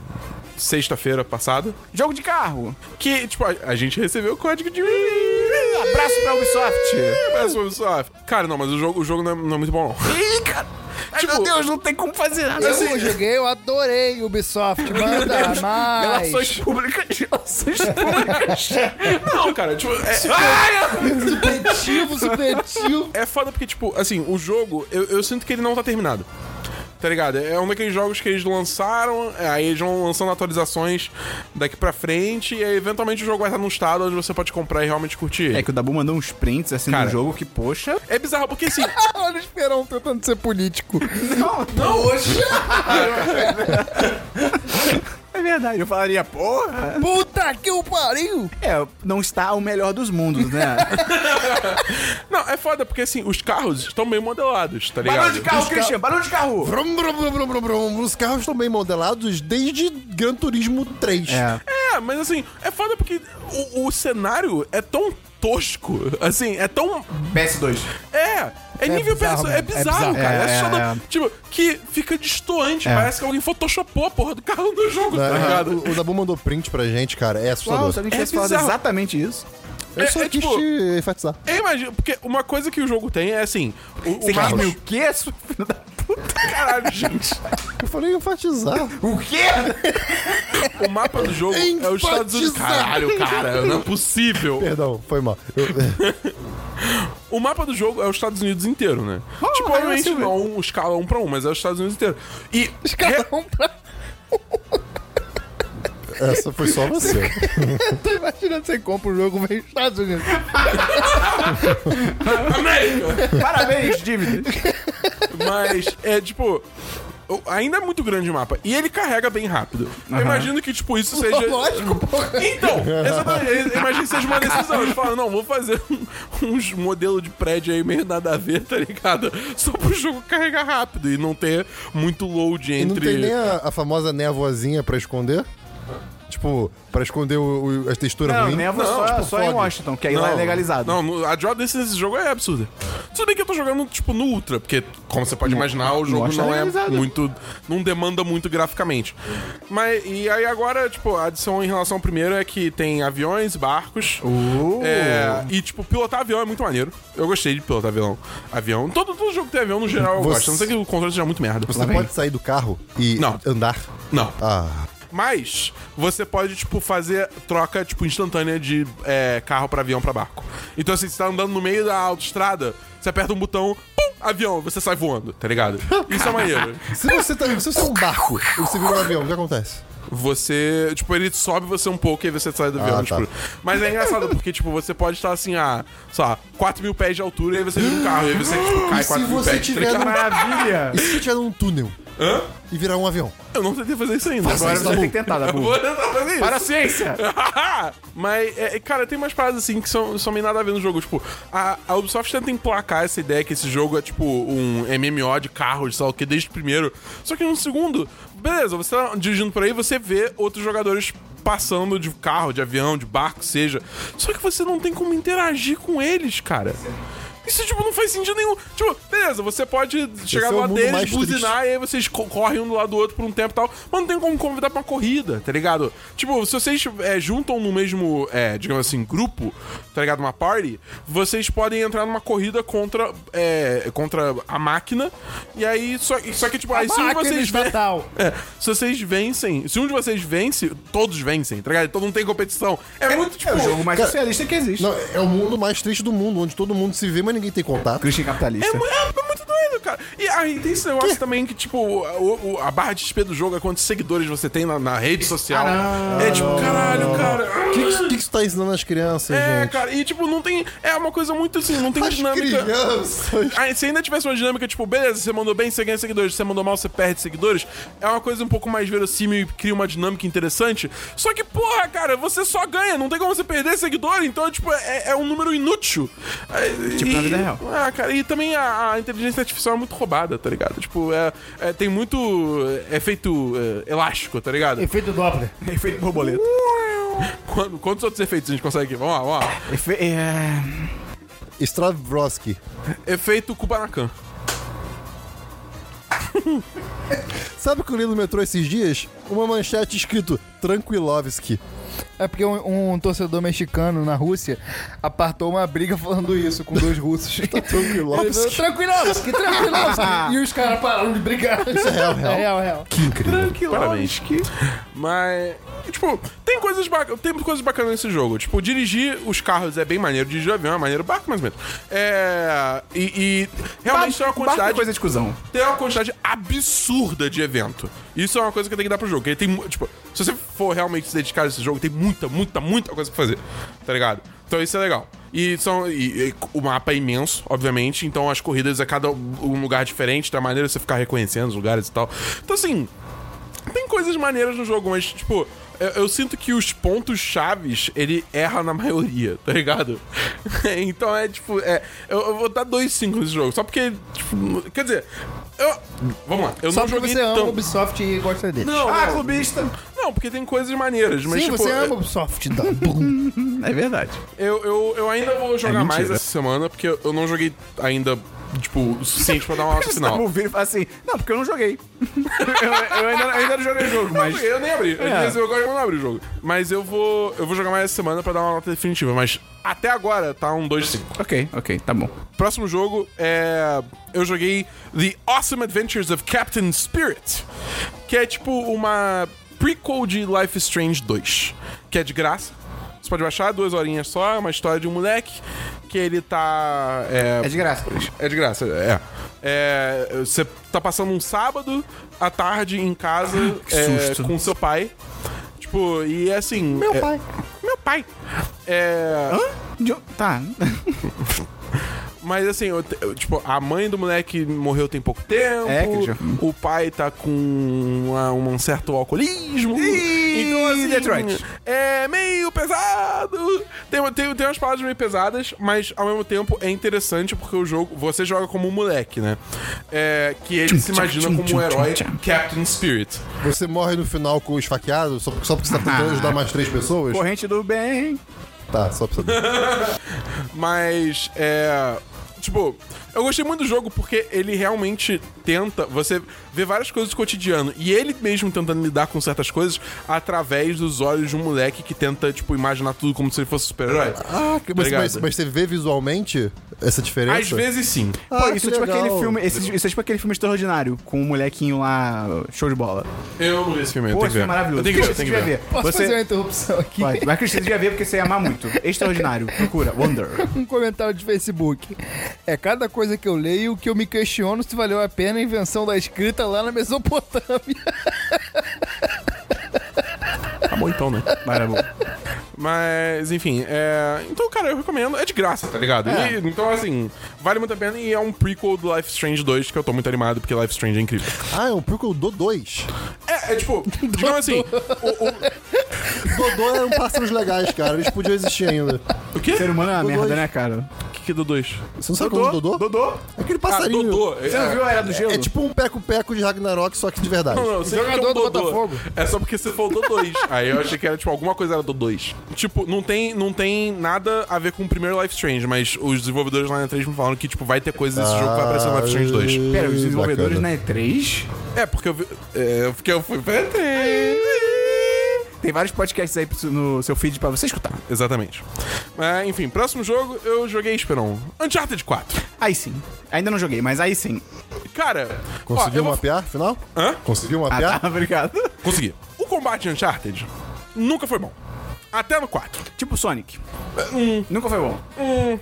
Speaker 4: sexta-feira passada.
Speaker 1: Jogo de carro.
Speaker 4: Que, tipo, a, a gente recebeu o código de.
Speaker 1: Abraço pra Ubisoft.
Speaker 4: Abraço, Ubisoft. Cara, não, mas o jogo, o jogo não, é, não é muito bom, não.
Speaker 1: Ih, cara. Ai,
Speaker 4: Tipo-
Speaker 1: meu Deus, não tem como fazer nada.
Speaker 4: Assim,
Speaker 5: Eu joguei, eu adorei Ubisoft, manda mais.
Speaker 1: Relações públicas. Relações públicas.
Speaker 4: Não, cara, tipo. É,
Speaker 5: Supletivo, supletivo.
Speaker 4: é foda porque, tipo, assim, o jogo, eu, eu sinto que ele não tá terminado. Tá ligado? É um daqueles jogos que eles lançaram, é, aí eles vão lançando atualizações daqui pra frente, e aí eventualmente o jogo vai estar num estado onde você pode comprar e realmente curtir ele.
Speaker 1: É que o Dabu mandou uns prints assim
Speaker 4: Cara.
Speaker 1: no jogo que, poxa.
Speaker 4: É, bizarro porque assim.
Speaker 5: Ah, Olha o Esperão tentando ser político.
Speaker 1: Não, não hoje. é verdade, eu falaria, porra.
Speaker 5: Puta que o pariu!
Speaker 1: É, não está o melhor dos mundos, né?
Speaker 4: Não, é foda porque assim, os carros estão bem modelados, tá ligado?
Speaker 1: barulho de carro, Christian, barulho de carro.
Speaker 2: Brum, brum, brum, brum, brum, brum. Os carros estão bem modelados desde Gran Turismo Né? 3.
Speaker 4: É, mas assim, é foda porque o, o cenário é tão tosco, assim, é tão
Speaker 1: PS2.
Speaker 4: É, é nível bizarro,
Speaker 5: bizarro mesmo,
Speaker 4: é
Speaker 5: é
Speaker 4: bizarro,
Speaker 5: bizarro.
Speaker 4: cara. É,
Speaker 1: É, é,
Speaker 4: assustador.
Speaker 1: é.
Speaker 4: Tipo, que fica destoante. Parece que alguém photoshopou a porra do carro do jogo, tá
Speaker 2: Né?
Speaker 4: ligado?
Speaker 2: O, o Dabu mandou print pra gente, cara. É assustador.
Speaker 1: Uau, se alguém
Speaker 4: É
Speaker 1: tivesse falado
Speaker 4: bizarro.
Speaker 1: exatamente isso.
Speaker 2: Eu
Speaker 4: É-
Speaker 2: só
Speaker 4: é
Speaker 2: quis
Speaker 4: tipo-
Speaker 2: te enfatizar.
Speaker 4: Eu imagino, porque uma coisa que o jogo tem é assim. O, o
Speaker 1: Você quis
Speaker 4: Marcos-
Speaker 1: me o quê, sua filha da puta? Caralho, gente.
Speaker 2: Eu falei enfatizar.
Speaker 1: O quê?
Speaker 4: O mapa do jogo é os Estados Unidos.
Speaker 2: Enfatizar.
Speaker 4: Caralho, cara, não é possível.
Speaker 2: Perdão, foi mal. Eu- é,
Speaker 4: O mapa do jogo é os Estados Unidos inteiro, né? tipo,
Speaker 1: vai
Speaker 4: obviamente
Speaker 1: ser,
Speaker 4: não um escala um pra um, mas é os Estados Unidos inteiro. E
Speaker 5: Escala um pra...
Speaker 2: essa foi só você.
Speaker 5: Tô imaginando você compra um jogo vem nos Estados Unidos.
Speaker 4: América!
Speaker 1: Parabéns, dívida.
Speaker 4: mas é tipo. o- Ainda é muito grande o mapa. E ele carrega bem rápido. Eu imagino que, tipo, isso seja.
Speaker 5: Lógico, porra.
Speaker 4: Então, exatamente. Eu imagino que seja uma decisão. Eles falam, não, vou fazer um, uns modelo de prédio aí meio nada a ver, tá ligado? Só pro jogo carregar rápido e não ter muito load
Speaker 2: E
Speaker 4: entre.
Speaker 2: não tem nem a, a famosa névoazinha pra esconder? Tipo, pra esconder o, o- as texturas
Speaker 1: Não,
Speaker 2: ruins?
Speaker 1: Neva
Speaker 4: Não,
Speaker 1: só,
Speaker 4: tipo,
Speaker 1: só em
Speaker 2: fog.
Speaker 1: Washington, que aí lá é legalizado.
Speaker 4: Não, no- a drop desse, desse jogo é absurda. Tudo bem que eu tô jogando, tipo, no Ultra, porque, como você pode imaginar, o jogo
Speaker 1: acho
Speaker 4: não é
Speaker 1: legalizado.
Speaker 4: muito. não demanda muito graficamente. Mas, e aí agora, tipo, a adição em relação ao primeiro é que tem aviões, barcos. é, e, tipo, pilotar avião é muito maneiro. Eu gostei de pilotar avião. avião. Todo, todo jogo que tem avião, no geral, eu
Speaker 2: Você-
Speaker 4: gosto. A não ser que o controle seja muito merda.
Speaker 2: Você pode sair do carro e
Speaker 4: Não.
Speaker 2: andar.
Speaker 4: Não.
Speaker 2: Ah,
Speaker 4: Mas você pode, tipo, fazer troca, tipo, instantânea de é, carro pra avião pra barco. Então, assim, você tá andando no meio da autoestrada, você aperta um botão, pum, avião, você sai voando, tá ligado? Isso é maneiro.
Speaker 2: se você, tá, se você é um barco e você vira um avião, o que acontece?
Speaker 4: Você, tipo, ele sobe você um pouco e aí você sai do avião,
Speaker 2: Ah, tá.
Speaker 4: tipo. Mas é engraçado, porque, tipo, você pode estar assim, a, sei lá, 4 mil pés de altura e aí você vira um carro, e aí você, tipo, cai
Speaker 2: se
Speaker 4: 4 mil
Speaker 2: você
Speaker 4: pés.
Speaker 2: tiver
Speaker 4: tá ligado?
Speaker 2: num-
Speaker 1: Maravilha.
Speaker 2: E se você estiver num túnel
Speaker 4: Hã?
Speaker 2: e virar um avião?
Speaker 4: Eu não tentei fazer isso ainda.
Speaker 1: Agora
Speaker 2: isso,
Speaker 1: você tem
Speaker 2: Dabu.
Speaker 1: que tentar,
Speaker 4: Eu
Speaker 1: Dabu.
Speaker 4: vou tentar fazer isso.
Speaker 1: Para a ciência.
Speaker 4: Mas, é, é, cara, tem umas paradas assim que são, são meio nada a ver no jogo. Tipo, a, a Ubisoft tenta emplacar essa ideia que esse jogo é tipo um MMO de carros, sei lá o que, desde o primeiro. Só que no segundo, beleza, você tá dirigindo por aí você vê outros jogadores passando de carro, de avião, de barco, seja. Só que você não tem como interagir com eles, cara. Isso, tipo, não faz sentido nenhum. Tipo, beleza, você pode chegar
Speaker 2: é
Speaker 4: do
Speaker 2: o
Speaker 4: lado
Speaker 2: mundo
Speaker 4: deles,
Speaker 2: mais
Speaker 4: buzinar,
Speaker 2: triste.
Speaker 4: e aí vocês co- correm um do lado do outro por um tempo e tal, mas não tem como convidar pra uma corrida, tá ligado? Tipo, se vocês é, juntam no mesmo, é, digamos assim, grupo, tá ligado? Uma party, vocês podem entrar numa corrida contra, é, contra a máquina, e aí, só, só que, tipo, aí se um de
Speaker 5: Máquina
Speaker 4: vocês vê-
Speaker 5: estatal.
Speaker 4: é, se vocês vencem, se um de vocês vence, todos vencem, tá ligado? Então não tem competição. É muito, tipo...
Speaker 1: É o jogo mais
Speaker 2: cara-
Speaker 1: socialista que existe.
Speaker 2: Não, é o mundo mais triste do mundo, onde todo mundo se vê, mas ninguém tem contato.
Speaker 1: Christian
Speaker 4: É,
Speaker 1: capitalista.
Speaker 4: mu- é muito doido, cara. E aí tem esse negócio também que, tipo, o- o- a barra de XP do jogo é quantos seguidores você tem na, na rede social. é tipo, caralho, cara.
Speaker 2: O que, que, que isso tá ensinando as crianças,
Speaker 4: É,
Speaker 2: gente?
Speaker 4: cara, e tipo, não tem. É uma coisa muito assim, não tem
Speaker 2: As
Speaker 4: dinâmica.
Speaker 2: crianças.
Speaker 4: Ah, se ainda tivesse uma dinâmica, tipo, beleza, você mandou bem, você ganha seguidores, você mandou mal, você perde seguidores, é uma coisa um pouco mais verossímil e cria uma dinâmica interessante. Só que, porra, cara, você só ganha, não tem como você perder seguidor, então, tipo, é, é um número inútil.
Speaker 1: na
Speaker 4: Tipo,
Speaker 1: vida real.
Speaker 4: Ah, cara, e também a, a inteligência artificial é muito roubada, tá ligado? Tipo, é, é- tem muito efeito é, elástico, tá ligado?
Speaker 3: Efeito Doppler.
Speaker 1: Efeito borboleta.
Speaker 4: Uh! Quando- Quantos outros efeitos a gente consegue aqui? Vamos lá, vamos lá.
Speaker 1: Efe... É...
Speaker 2: Stravroski.
Speaker 4: Efeito Kubanacan.
Speaker 2: Sabe o que eu li no metrô esses dias? Uma manchete escrito Tranquilovski.
Speaker 5: É porque um, um torcedor mexicano na Rússia apartou uma briga falando isso com dois russos.
Speaker 2: Tranquilovski.
Speaker 5: Tranquilovski, Tranquilovski. e os caras pararam de brigar. Isso
Speaker 2: é real, real.
Speaker 5: É real, real.
Speaker 2: Que incrível.
Speaker 4: Parabéns. Mas, tipo, tem coisas, bac tem coisas bacanas nesse jogo. Tipo, dirigir os carros é bem maneiro, dirigir o avião é maneiro, barco mais ou menos. É. E, e realmente tem uma quantidade.
Speaker 1: é coisa de cuzão.
Speaker 4: Tem uma quantidade absurda de evento. Isso é uma coisa que tem que dar pro jogo. Ele tem, mu- tipo, se você for realmente se dedicar a esse jogo, tem muita, muita, muita coisa pra fazer. Tá ligado? Então isso é legal. E, são, e, e o mapa é imenso, obviamente. Então as corridas é cada um lugar diferente, da maneira de você ficar reconhecendo os lugares e tal. Então assim, tem coisas maneiras no jogo, mas, tipo, eu, eu sinto que os pontos chaves, ele erra na maioria, tá ligado? então é, tipo, é, eu, eu vou dar dois cinco nesse jogo, só porque, tipo, quer dizer, eu, vamos lá, eu
Speaker 5: Só
Speaker 4: não
Speaker 5: porque
Speaker 4: joguei
Speaker 5: você ama
Speaker 4: tão...
Speaker 5: o Ubisoft e gosta dele.
Speaker 4: Não,
Speaker 1: Ah,
Speaker 4: não.
Speaker 1: clubista.
Speaker 4: Não, porque tem coisas maneiras, mas,
Speaker 5: Sim,
Speaker 4: tipo,
Speaker 5: você
Speaker 4: eu-
Speaker 5: ama o Ubisoft. Tá?
Speaker 1: É verdade.
Speaker 4: eu, eu, eu ainda vou jogar mais
Speaker 5: É
Speaker 1: mentira.
Speaker 4: essa semana, porque eu eu não joguei ainda tipo, o suficiente pra dar um
Speaker 5: tá
Speaker 4: alto
Speaker 1: Não.
Speaker 4: sinal.
Speaker 1: Vira e fala assim, não, porque eu não joguei. eu, eu ainda, eu ainda não joguei o jogo, mas...
Speaker 4: Eu nem abri. Eu disse, agora eu não abri o jogo. Mas eu vou, eu vou jogar mais essa semana pra dar uma nota definitiva. Mas até agora tá um 2 de 5.
Speaker 1: Ok, ok, tá bom.
Speaker 4: Próximo jogo é. Eu joguei The Awesome Adventures of Captain Spirit, que é tipo uma prequel de Life is Strange 2, que é de graça. Você pode baixar duas horinhas só, é uma história de um moleque que ele tá. É,
Speaker 1: É de graça, Cris.
Speaker 4: é de graça, é. É, Você tá passando um sábado à tarde em casa é,
Speaker 1: susto.
Speaker 4: com seu pai. Tipo, e é assim. Meu
Speaker 5: pai.
Speaker 4: Meu pai. É.
Speaker 1: De- Tá.
Speaker 4: Mas assim, eu te- eu, tipo, a mãe do moleque morreu tem pouco tempo.
Speaker 1: É, que já-
Speaker 4: O pai tá com uma- um certo alcoolismo.
Speaker 1: Ih,
Speaker 4: então, assim,
Speaker 1: Detroit.
Speaker 4: é meio pesado. Tem, uma- tem, tem umas palavras meio pesadas, mas ao mesmo tempo é interessante porque o jogo. Você joga como um moleque, né? É, que ele se imagina
Speaker 1: tchum,
Speaker 4: como
Speaker 1: tchum,
Speaker 4: um herói
Speaker 1: tchum, tchum.
Speaker 4: Captain Spirit.
Speaker 2: Você morre no final com o esfaqueado só, só porque você tá
Speaker 4: Ah.
Speaker 2: tentando ajudar mais três pessoas?
Speaker 1: Corrente do bem.
Speaker 2: Tá, só pra saber.
Speaker 4: Mas é. Tipo, eu gostei muito do jogo porque ele realmente tenta. Você vê várias coisas do cotidiano. E ele mesmo tentando lidar com certas coisas através dos olhos de um moleque que tenta, tipo, imaginar tudo como se ele fosse um super-herói.
Speaker 2: Ah, que- mas,
Speaker 4: Obrigado.
Speaker 2: mas, mas você vê visualmente essa diferença?
Speaker 4: Às vezes sim.
Speaker 1: Pô,
Speaker 2: Ah,
Speaker 1: isso é
Speaker 2: que
Speaker 1: tipo
Speaker 2: legal.
Speaker 1: aquele filme. esse- isso é tipo aquele filme extraordinário, com o molequinho lá, show de bola.
Speaker 4: Eu não vi esse filme, eu
Speaker 1: Pô,
Speaker 4: tenho
Speaker 1: esse
Speaker 4: que ver.
Speaker 1: filme é maravilhoso.
Speaker 4: Eu tenho que ver, eu
Speaker 1: Você
Speaker 4: tenho que ver.
Speaker 1: devia ver.
Speaker 5: Posso
Speaker 1: Você-
Speaker 5: fazer uma interrupção aqui?
Speaker 1: Pode. Mas Cristina devia ver porque você ia amar muito. Extraordinário. Procura. Wonder.
Speaker 5: Um comentário de Facebook. É cada coisa que eu leio que eu me questiono se valeu a pena a invenção da escrita lá na Mesopotâmia.
Speaker 4: Tá bom então, né?
Speaker 1: Maravilha.
Speaker 4: Mas, enfim, é. Então, cara, eu recomendo. É de graça, tá ligado? E, então, assim, vale muito a pena e é um prequel do Life is Strange 2, que eu tô muito animado, porque Life is Strange é incrível.
Speaker 2: Ah, é um prequel do 2.
Speaker 4: É, é tipo, digamos assim, o- o,
Speaker 2: Dodô eram pássaros legais, cara. Eles podiam existir ainda.
Speaker 4: O quê?
Speaker 1: Ser humano é uma
Speaker 2: O
Speaker 1: merda,
Speaker 2: dois.
Speaker 1: né, cara?
Speaker 4: que é que do 2?
Speaker 2: Você não sabe como é o Dodô?
Speaker 1: Dodô?
Speaker 2: Aquele
Speaker 4: Ah,
Speaker 2: passarinho.
Speaker 4: Dodô.
Speaker 1: Você não viu a Era do Gelo?
Speaker 2: É tipo um peco-peco de Ragnarok, só que de verdade.
Speaker 4: Não, não, eu sei que
Speaker 5: Jogador
Speaker 4: é um
Speaker 5: do
Speaker 4: Dodô.
Speaker 5: Botafogo.
Speaker 4: É só porque você falou do 2. Aí eu achei que era, tipo, alguma coisa era do 2. Tipo, não tem, não tem nada a ver com o primeiro Life Strange, mas os desenvolvedores lá na 3 me falaram que, tipo, vai ter coisa desse jogo que vai aparecer no Life Strange 2.
Speaker 1: Pera, os desenvolvedores
Speaker 2: Ah,
Speaker 1: né?
Speaker 2: Bacana.
Speaker 1: na E3?
Speaker 4: É, porque eu vi... É, porque eu fui pra 3.
Speaker 1: Tem vários podcasts aí pro- no seu feed pra você escutar.
Speaker 4: Exatamente. Mas, enfim, próximo jogo, eu joguei, Esperon, Uncharted 4.
Speaker 1: Aí sim. Ainda não joguei, mas aí sim.
Speaker 4: Cara... ó,
Speaker 2: Conseguiu
Speaker 4: eu vou-
Speaker 2: mapear, afinal?
Speaker 4: Hã?
Speaker 2: Conseguiu mapear?
Speaker 1: Ah, tá, obrigado.
Speaker 4: Consegui. O combate em Uncharted nunca foi bom. Até no 4.
Speaker 1: Tipo Sonic. Nunca foi bom. Hum.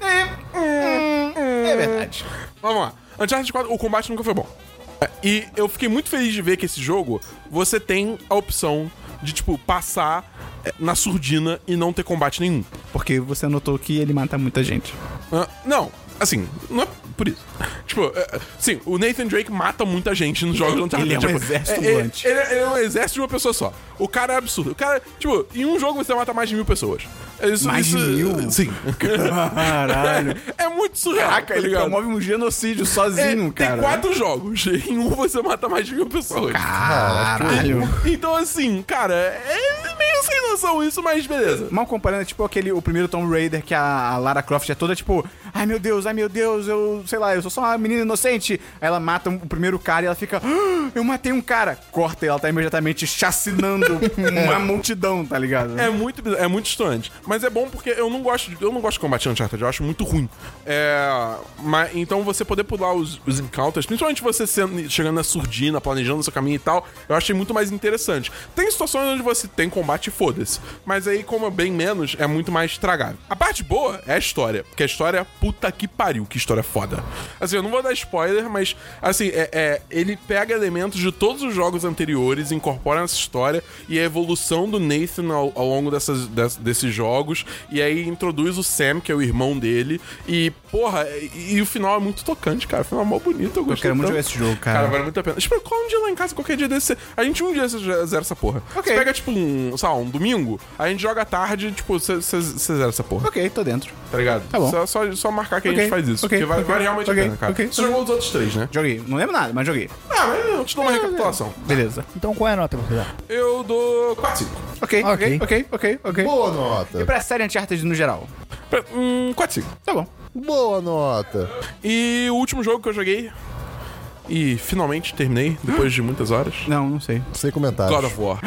Speaker 1: É, é verdade.
Speaker 4: Vamos lá. Uncharted 4, o combate nunca foi bom. É, E eu fiquei muito feliz de ver que esse jogo, você tem a opção de, tipo, passar é, na surdina e não ter combate nenhum.
Speaker 1: Porque você notou que ele mata muita gente.
Speaker 4: Ah, Não, assim, não é por isso. Tipo, é, é, sim, o Nathan Drake mata muita gente nos jogos do Uncharted.
Speaker 1: Ele é um
Speaker 4: tipo,
Speaker 1: exército
Speaker 4: é, ele,
Speaker 1: ambulante.
Speaker 4: ele é ele é um exército de uma pessoa só. O cara é absurdo. O cara, tipo, em um jogo você mata mais de mil pessoas. É, Isso,
Speaker 1: Mais de mil?
Speaker 4: Sim.
Speaker 1: Caralho.
Speaker 4: É muito surreal.
Speaker 1: Caraca,
Speaker 4: tá
Speaker 1: ele
Speaker 4: ligado?
Speaker 1: promove um genocídio
Speaker 4: É,
Speaker 1: sozinho, cara.
Speaker 4: Tem quatro jogos. Em um você mata mais de mil pessoas.
Speaker 1: Caralho.
Speaker 4: Então, assim, cara, é meio sem noção isso, mas beleza.
Speaker 1: Mal comparando, é tipo aquele, o primeiro Tomb Raider, que a, a Lara Croft é toda tipo, ai meu Deus, ai meu Deus, eu, sei lá, eu sou só uma menina inocente. Aí ela mata o primeiro cara e ela fica, "Ah, eu matei um cara. Corta e ela tá imediatamente chacinando uma multidão, tá ligado?
Speaker 4: É muito, bizarro, é muito distante. Mas é bom porque eu não gosto de, eu não gosto de combate Uncharted, eu acho muito ruim. É, mas, então você poder pular os, os encounters, principalmente você sendo- chegando na surdina, planejando o seu caminho e tal, eu achei muito mais interessante. Tem situações onde você tem combate e foda-se. Mas aí, como é bem menos, é muito mais tragável. A parte boa é a história. Porque a história, puta que pariu, que história foda. Assim, eu não vou dar spoiler, mas assim, é, é, ele pega elementos de todos os jogos anteriores, incorpora nessa história e a evolução do Nathan ao, ao longo dessas, des- desses jogos. E aí introduz o Sam, que é o irmão dele. E, porra, e, e o final é muito tocante, cara. O final é mó bonito, eu gostei.
Speaker 1: quero muito
Speaker 4: tanto.
Speaker 1: jogar esse jogo, cara.
Speaker 4: Cara, vale muito a pena. Tipo, cola um dia lá em casa, qualquer dia desse. A gente um dia zera essa porra.
Speaker 1: Ok.
Speaker 4: Você pega, tipo, um, sei lá, um domingo, a gente joga à tarde, tipo, você zera essa porra.
Speaker 1: Ok, tô dentro.
Speaker 4: Tá ligado?
Speaker 1: bom.
Speaker 4: Só, só, só marcar que a
Speaker 1: Ok,
Speaker 4: gente faz isso.
Speaker 1: ok,
Speaker 4: porque vale,
Speaker 1: ok,
Speaker 4: vale realmente
Speaker 1: ok,
Speaker 4: a pena, cara.
Speaker 1: ok.
Speaker 4: Você jogou os outros três, né?
Speaker 1: Joguei. Não lembro nada, mas joguei.
Speaker 4: Ah, mas eu te dou uma recapitulação.
Speaker 1: Beleza.
Speaker 5: Então qual é a nota pra dar?
Speaker 4: Eu dou 4 5.
Speaker 1: Ok, ok,
Speaker 5: Ok.
Speaker 1: ok, ok, ok.
Speaker 2: Boa
Speaker 1: E
Speaker 2: nota.
Speaker 1: pra série Uncharted no geral?
Speaker 4: Hum, 4 5.
Speaker 1: Tá bom.
Speaker 2: Boa nota.
Speaker 4: E o último jogo que eu joguei. E finalmente terminei, depois de muitas horas.
Speaker 1: Não, não sei.
Speaker 2: Sem comentários.
Speaker 4: God of War.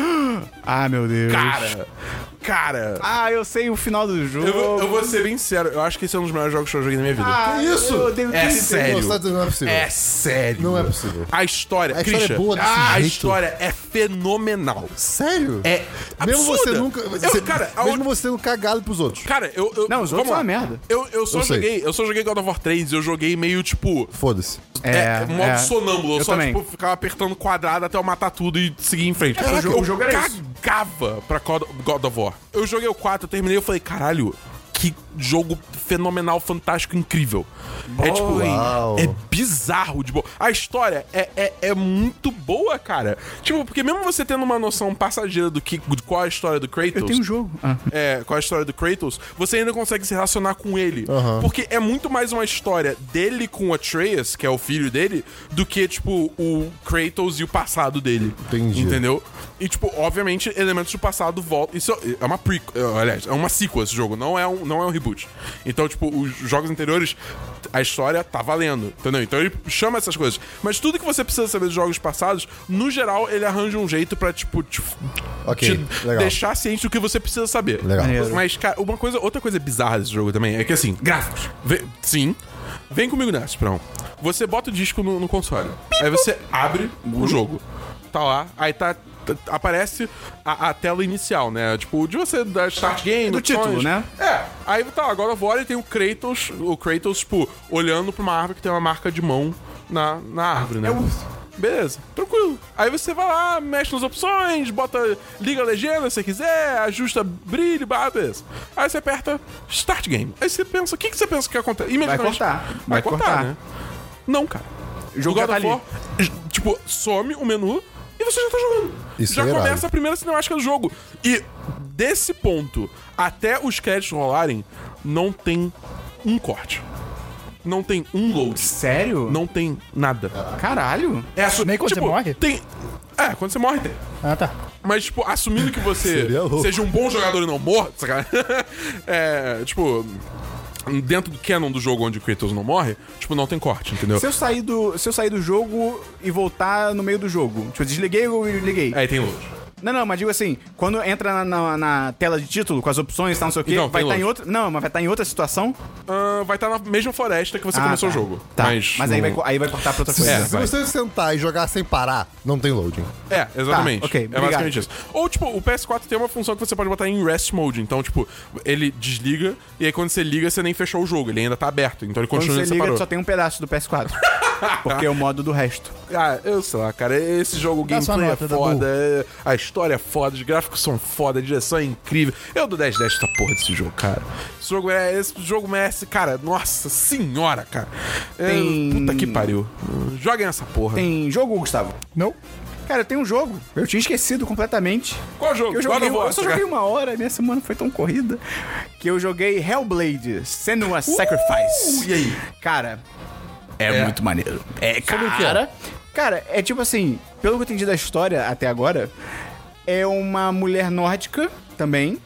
Speaker 1: Ah, meu Deus.
Speaker 4: Cara! Cara!
Speaker 1: Ah, eu sei o final do jogo.
Speaker 4: Eu vou, eu vou ser bem sincero, eu acho que esse é um dos melhores jogos que eu joguei na minha vida.
Speaker 1: Ah,
Speaker 2: Que isso?
Speaker 1: Eu odeio
Speaker 4: É
Speaker 1: tudo.
Speaker 4: sério.
Speaker 2: Não, você tá dizendo, não é possível.
Speaker 4: É sério.
Speaker 2: Não é possível.
Speaker 4: A história,
Speaker 2: A história
Speaker 4: Christian,
Speaker 2: é boa desse
Speaker 4: ah, A
Speaker 2: jeito?
Speaker 4: história é fenomenal.
Speaker 2: Sério?
Speaker 4: É
Speaker 2: Mesmo
Speaker 4: absurda.
Speaker 2: você nunca.
Speaker 4: Eu,
Speaker 2: você-
Speaker 4: cara, a-
Speaker 2: mesmo você nunca cagado pros outros.
Speaker 4: Cara, eu, eu-
Speaker 1: Não, os outros
Speaker 4: vamos lá.
Speaker 1: são uma merda.
Speaker 4: Eu, eu só
Speaker 2: Eu sei.
Speaker 4: joguei, eu só joguei God of War 3, eu joguei meio tipo
Speaker 2: Foda-se.
Speaker 4: é, modo
Speaker 1: é.
Speaker 4: sonâmbulo, eu,
Speaker 1: Eu
Speaker 4: só
Speaker 1: também.
Speaker 4: tipo ficava apertando quadrado até eu matar tudo e seguir em frente.
Speaker 1: Caraca,
Speaker 4: eu jogo,
Speaker 1: o jogo era isso.
Speaker 4: cagava pra God, God of War. Eu joguei o 4, eu terminei, eu falei, caralho, que jogo fenomenal, fantástico, incrível. É tipo,
Speaker 2: Uau.
Speaker 4: é bizarro de boa. A história é, é, é muito boa, cara. Tipo, porque mesmo você tendo uma noção passageira do que de qual é a história do Kratos,
Speaker 1: Eu tenho um jogo. Ah.
Speaker 4: é, com a história do Kratos, você ainda consegue se relacionar com ele. Porque é muito mais uma história dele com o Atreus, que é o filho dele, do que, tipo, o Kratos e o passado dele.
Speaker 2: Entendi.
Speaker 4: Entendeu? E, tipo, obviamente, elementos do passado voltam. Isso é uma pre... eh, Aliás, é uma sequel esse jogo, não é, um, não é um reboot. Então, tipo, os jogos anteriores, a história tá valendo, entendeu? Então ele chama essas coisas. Mas tudo que você precisa saber dos jogos passados, no geral, ele arranja um jeito pra, tipo, te,
Speaker 2: Ok,
Speaker 4: te
Speaker 2: legal.
Speaker 4: deixar ciente do que você precisa saber.
Speaker 2: Legal.
Speaker 1: Maneiro.
Speaker 4: Mas, cara, uma coisa, outra coisa bizarra desse jogo também é que assim, gráficos. Vê- sim. Vem comigo nessa, Prão. Você bota o disco no, no console. Aí você abre
Speaker 2: Uhum.
Speaker 4: o jogo. Tá lá, aí tá. t- Aparece a, a tela inicial, né? Tipo, de você da Start Game.
Speaker 1: É Do título,
Speaker 4: opções.
Speaker 1: né?
Speaker 4: É. Aí tá, agora of War e tem o Kratos, o Kratos, tipo, olhando pra uma árvore que tem uma marca de mão na, na árvore, né?
Speaker 1: É urso.
Speaker 4: Beleza, tranquilo. Aí você vai lá, mexe nas opções, bota, liga a legenda se você quiser, ajusta brilho, barra, beleza. Aí você aperta Start Game. Aí você pensa, o que, que você pensa que acontece? Imediatamente.
Speaker 1: cortar.
Speaker 4: Vai
Speaker 1: Vai
Speaker 4: cortar,
Speaker 1: cortar.
Speaker 4: né? Não, cara.
Speaker 1: O jogo
Speaker 4: O é
Speaker 1: já tá
Speaker 4: God
Speaker 1: ali.
Speaker 4: of War, j- tipo, some o menu e você já tá jogando.
Speaker 2: Isso
Speaker 4: já
Speaker 2: é irado.
Speaker 4: começa a primeira cinemática do jogo. E desse ponto até os créditos rolarem, não tem um corte. Não tem um load.
Speaker 1: Sério?
Speaker 4: Não tem nada.
Speaker 1: Caralho.
Speaker 4: É assu-
Speaker 5: Nem quando você morre?
Speaker 4: Tem... É, quando você morre tem.
Speaker 5: Ah, tá.
Speaker 4: Mas, tipo, assumindo que você
Speaker 2: Seria louco.
Speaker 4: seja um bom jogador e não morra, saca? é, tipo, dentro do canon do jogo onde o Kratos não morre, tipo, não tem corte, entendeu?
Speaker 1: Se eu, sair do, se eu sair do jogo e voltar no meio do jogo, tipo, desliguei ou liguei?
Speaker 4: Aí tem load.
Speaker 1: Não, não, mas digo assim, quando entra na, na- na tela de título, com as opções e tal, não sei o quê,
Speaker 4: Então,
Speaker 1: vai
Speaker 4: tem
Speaker 1: estar em
Speaker 4: load.
Speaker 1: outra. Não, mas vai estar em outra situação.
Speaker 4: Ah, vai estar na mesma floresta que você
Speaker 1: Ah,
Speaker 4: começou
Speaker 1: tá.
Speaker 4: o jogo.
Speaker 1: Tá.
Speaker 4: Mas,
Speaker 1: Mas, aí,
Speaker 4: não-
Speaker 1: vai, co- aí vai cortar pra outra
Speaker 2: Se,
Speaker 1: coisa.
Speaker 4: É.
Speaker 2: se
Speaker 4: vai.
Speaker 2: você sentar e jogar sem parar, não tem loading.
Speaker 4: É, exatamente.
Speaker 1: Tá, ok,
Speaker 4: é
Speaker 1: obrigado.
Speaker 4: basicamente isso. Ou, tipo, o PS4 tem uma função que você pode botar em rest mode. Então, tipo, ele desliga e aí quando você liga, você nem fechou o jogo. Ele ainda tá aberto. Então ele
Speaker 1: Quando
Speaker 4: continua
Speaker 1: você
Speaker 4: onde
Speaker 1: liga,
Speaker 4: parou.
Speaker 1: só tem um pedaço do PS4. porque é o modo do resto.
Speaker 4: Ah, eu sei lá, cara. Esse jogo, o
Speaker 5: Dá sua
Speaker 4: gameplay é
Speaker 5: nota, Dabu.
Speaker 4: foda, é- a história é foda, os gráficos são foda, a direção é incrível. Eu dou 10 10 essa porra desse jogo, cara. Esse jogo é. Esse jogo merece, cara, nossa senhora, cara. É,
Speaker 1: Tem-
Speaker 4: Puta que pariu. Joguem essa porra.
Speaker 1: Tem jogo, Gustavo?
Speaker 5: Não?
Speaker 1: Cara, tem um jogo. Eu tinha esquecido completamente.
Speaker 4: Qual jogo?
Speaker 1: Que eu, joguei, um-
Speaker 4: God of War,
Speaker 1: eu só
Speaker 4: cara.
Speaker 1: joguei uma hora, minha semana foi tão corrida. Que eu joguei Hellblade, Senua Sacrifice.
Speaker 4: Uh, e aí?
Speaker 1: Cara, é,
Speaker 4: É.
Speaker 1: muito maneiro. É,
Speaker 4: Sobre o que
Speaker 1: cara. Cara, é tipo assim, pelo que eu entendi da história até agora, é uma mulher nórdica também.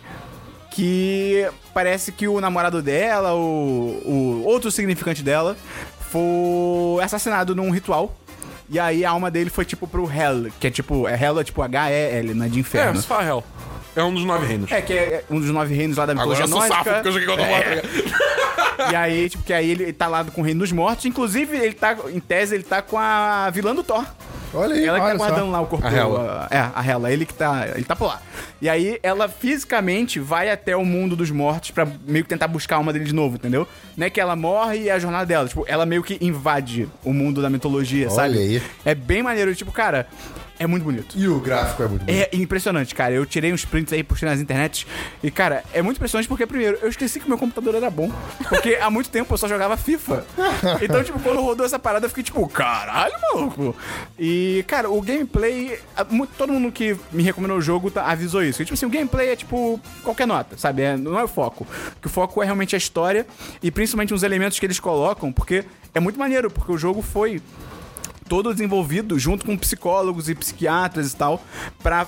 Speaker 1: Que parece que o namorado dela, o, o outro significante dela, foi assassinado num ritual. E aí a alma dele foi tipo pro Hell, que é tipo. É Hell é tipo H-E-L, né? De
Speaker 4: É,
Speaker 1: inferno.
Speaker 4: você fala real. É um dos nove reinos.
Speaker 1: É, que é um dos nove reinos lá da
Speaker 4: Agora
Speaker 1: mitologia
Speaker 4: eu sou
Speaker 1: nórdica.
Speaker 4: safo, porque eu joguei God of War. tá ligado?
Speaker 1: E aí, tipo, que aí ele tá lá com o Reino dos Mortos. Inclusive, ele tá, em tese, ele tá com a vilã do Thor.
Speaker 2: Olha aí.
Speaker 1: Ela que tá
Speaker 5: olha só.
Speaker 1: guardando lá o corpo.
Speaker 4: A Hela.
Speaker 1: a- É, a Hela. Ele que tá. Ele tá por lá. E aí, ela fisicamente vai até o mundo dos mortos pra meio que tentar buscar uma dele de novo, entendeu? Não é que ela morre e é a jornada dela. Tipo, ela meio que invade o mundo da mitologia,
Speaker 2: Olha
Speaker 1: sabe?
Speaker 2: aí.
Speaker 1: É bem maneiro. Tipo, cara, é muito bonito.
Speaker 2: E o gráfico é muito bonito.
Speaker 1: É impressionante, cara. Eu tirei uns prints aí, postei nas internet. E, cara, é muito impressionante porque, primeiro, eu esqueci que meu computador era bom. Porque há muito tempo eu só jogava FIFA. Então, tipo, quando rodou essa parada, eu fiquei tipo, caralho, maluco. E, cara, o gameplay. a- mu- Todo mundo que me recomendou o jogo tá- avisou isso. E, tipo assim, o gameplay é tipo qualquer nota, sabe? É- não é o foco. Porque o foco é realmente a história e principalmente os elementos que eles colocam, porque é muito maneiro, porque o jogo foi todo desenvolvido junto com psicólogos e psiquiatras e tal, pra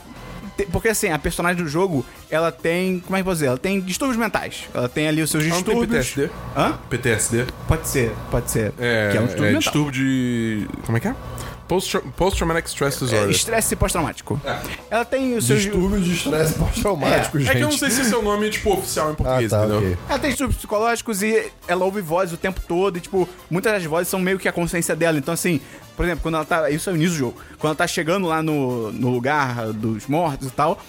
Speaker 1: te- porque assim, a personagem do jogo, ela tem. Como é que eu vou dizer? Ela tem distúrbios mentais. Ela tem ali os seus
Speaker 4: Ela não tem
Speaker 1: distúrbios.
Speaker 4: PTSD?
Speaker 1: Hã?
Speaker 4: um PTSD?
Speaker 1: Pode ser, pode ser.
Speaker 4: né? É,
Speaker 1: que é um distúrbio
Speaker 4: é
Speaker 1: mental.
Speaker 4: distúrbio de... Como é que é? Post- Post-Traumatic Stress
Speaker 1: É,
Speaker 4: Disorder.
Speaker 1: estresse pós-traumático. Ela tem os seus.
Speaker 2: Distúrbio de estresse pós-traumático, gente.
Speaker 4: É que eu não sei se esse é o nome, tipo, oficial em
Speaker 2: Ah,
Speaker 4: português,
Speaker 2: tá,
Speaker 4: entendeu?
Speaker 2: ok.
Speaker 1: Ela tem distúrbios psicológicos e ela ouve vozes o tempo todo. E, tipo, muitas das vozes são meio que a consciência dela. Então, assim, por exemplo, quando ela tá. Isso é o início do jogo. Quando ela tá chegando lá no, no lugar dos mortos e tal.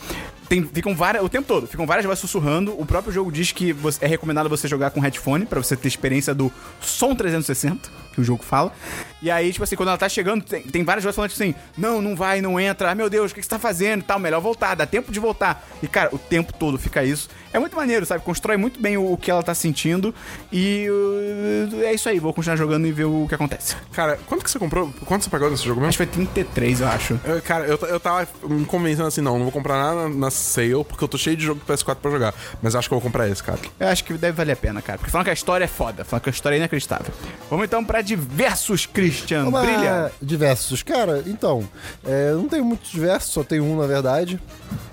Speaker 1: Tem, ficam várias, o tempo todo, ficam várias vozes sussurrando. O próprio jogo diz que você- é recomendado você jogar com headphone pra você ter experiência do som 360, que o jogo fala. E aí, tipo assim, quando ela tá chegando, tem, tem várias vozes falando tipo assim: não, não vai, não entra, Ah, meu Deus, o que, que você tá fazendo e tal, melhor voltar, dá tempo de voltar. E cara, o tempo todo fica isso. É muito maneiro, sabe? Constrói muito bem o, o que ela tá sentindo. E uh, é isso aí, vou continuar jogando e ver o que acontece.
Speaker 4: Cara, quanto que você comprou? Quanto você pagou nesse jogo
Speaker 1: Acho
Speaker 4: mesmo?
Speaker 1: que foi 33, eu acho.
Speaker 4: Eu- Cara, eu, ta- eu tava me convencendo assim, não, não vou comprar nada na sale, porque eu tô cheio de jogo do PS4 pra jogar. Mas acho que eu vou comprar esse, cara.
Speaker 1: Eu acho que deve valer a pena, cara. Porque falam que a história é foda, falam que a história é inacreditável. Vamos então pra diversos, Christian.
Speaker 2: Uma-
Speaker 1: Brilha.
Speaker 2: Diversos. Cara, então, é, não tem muitos diversos, só tem um, na verdade.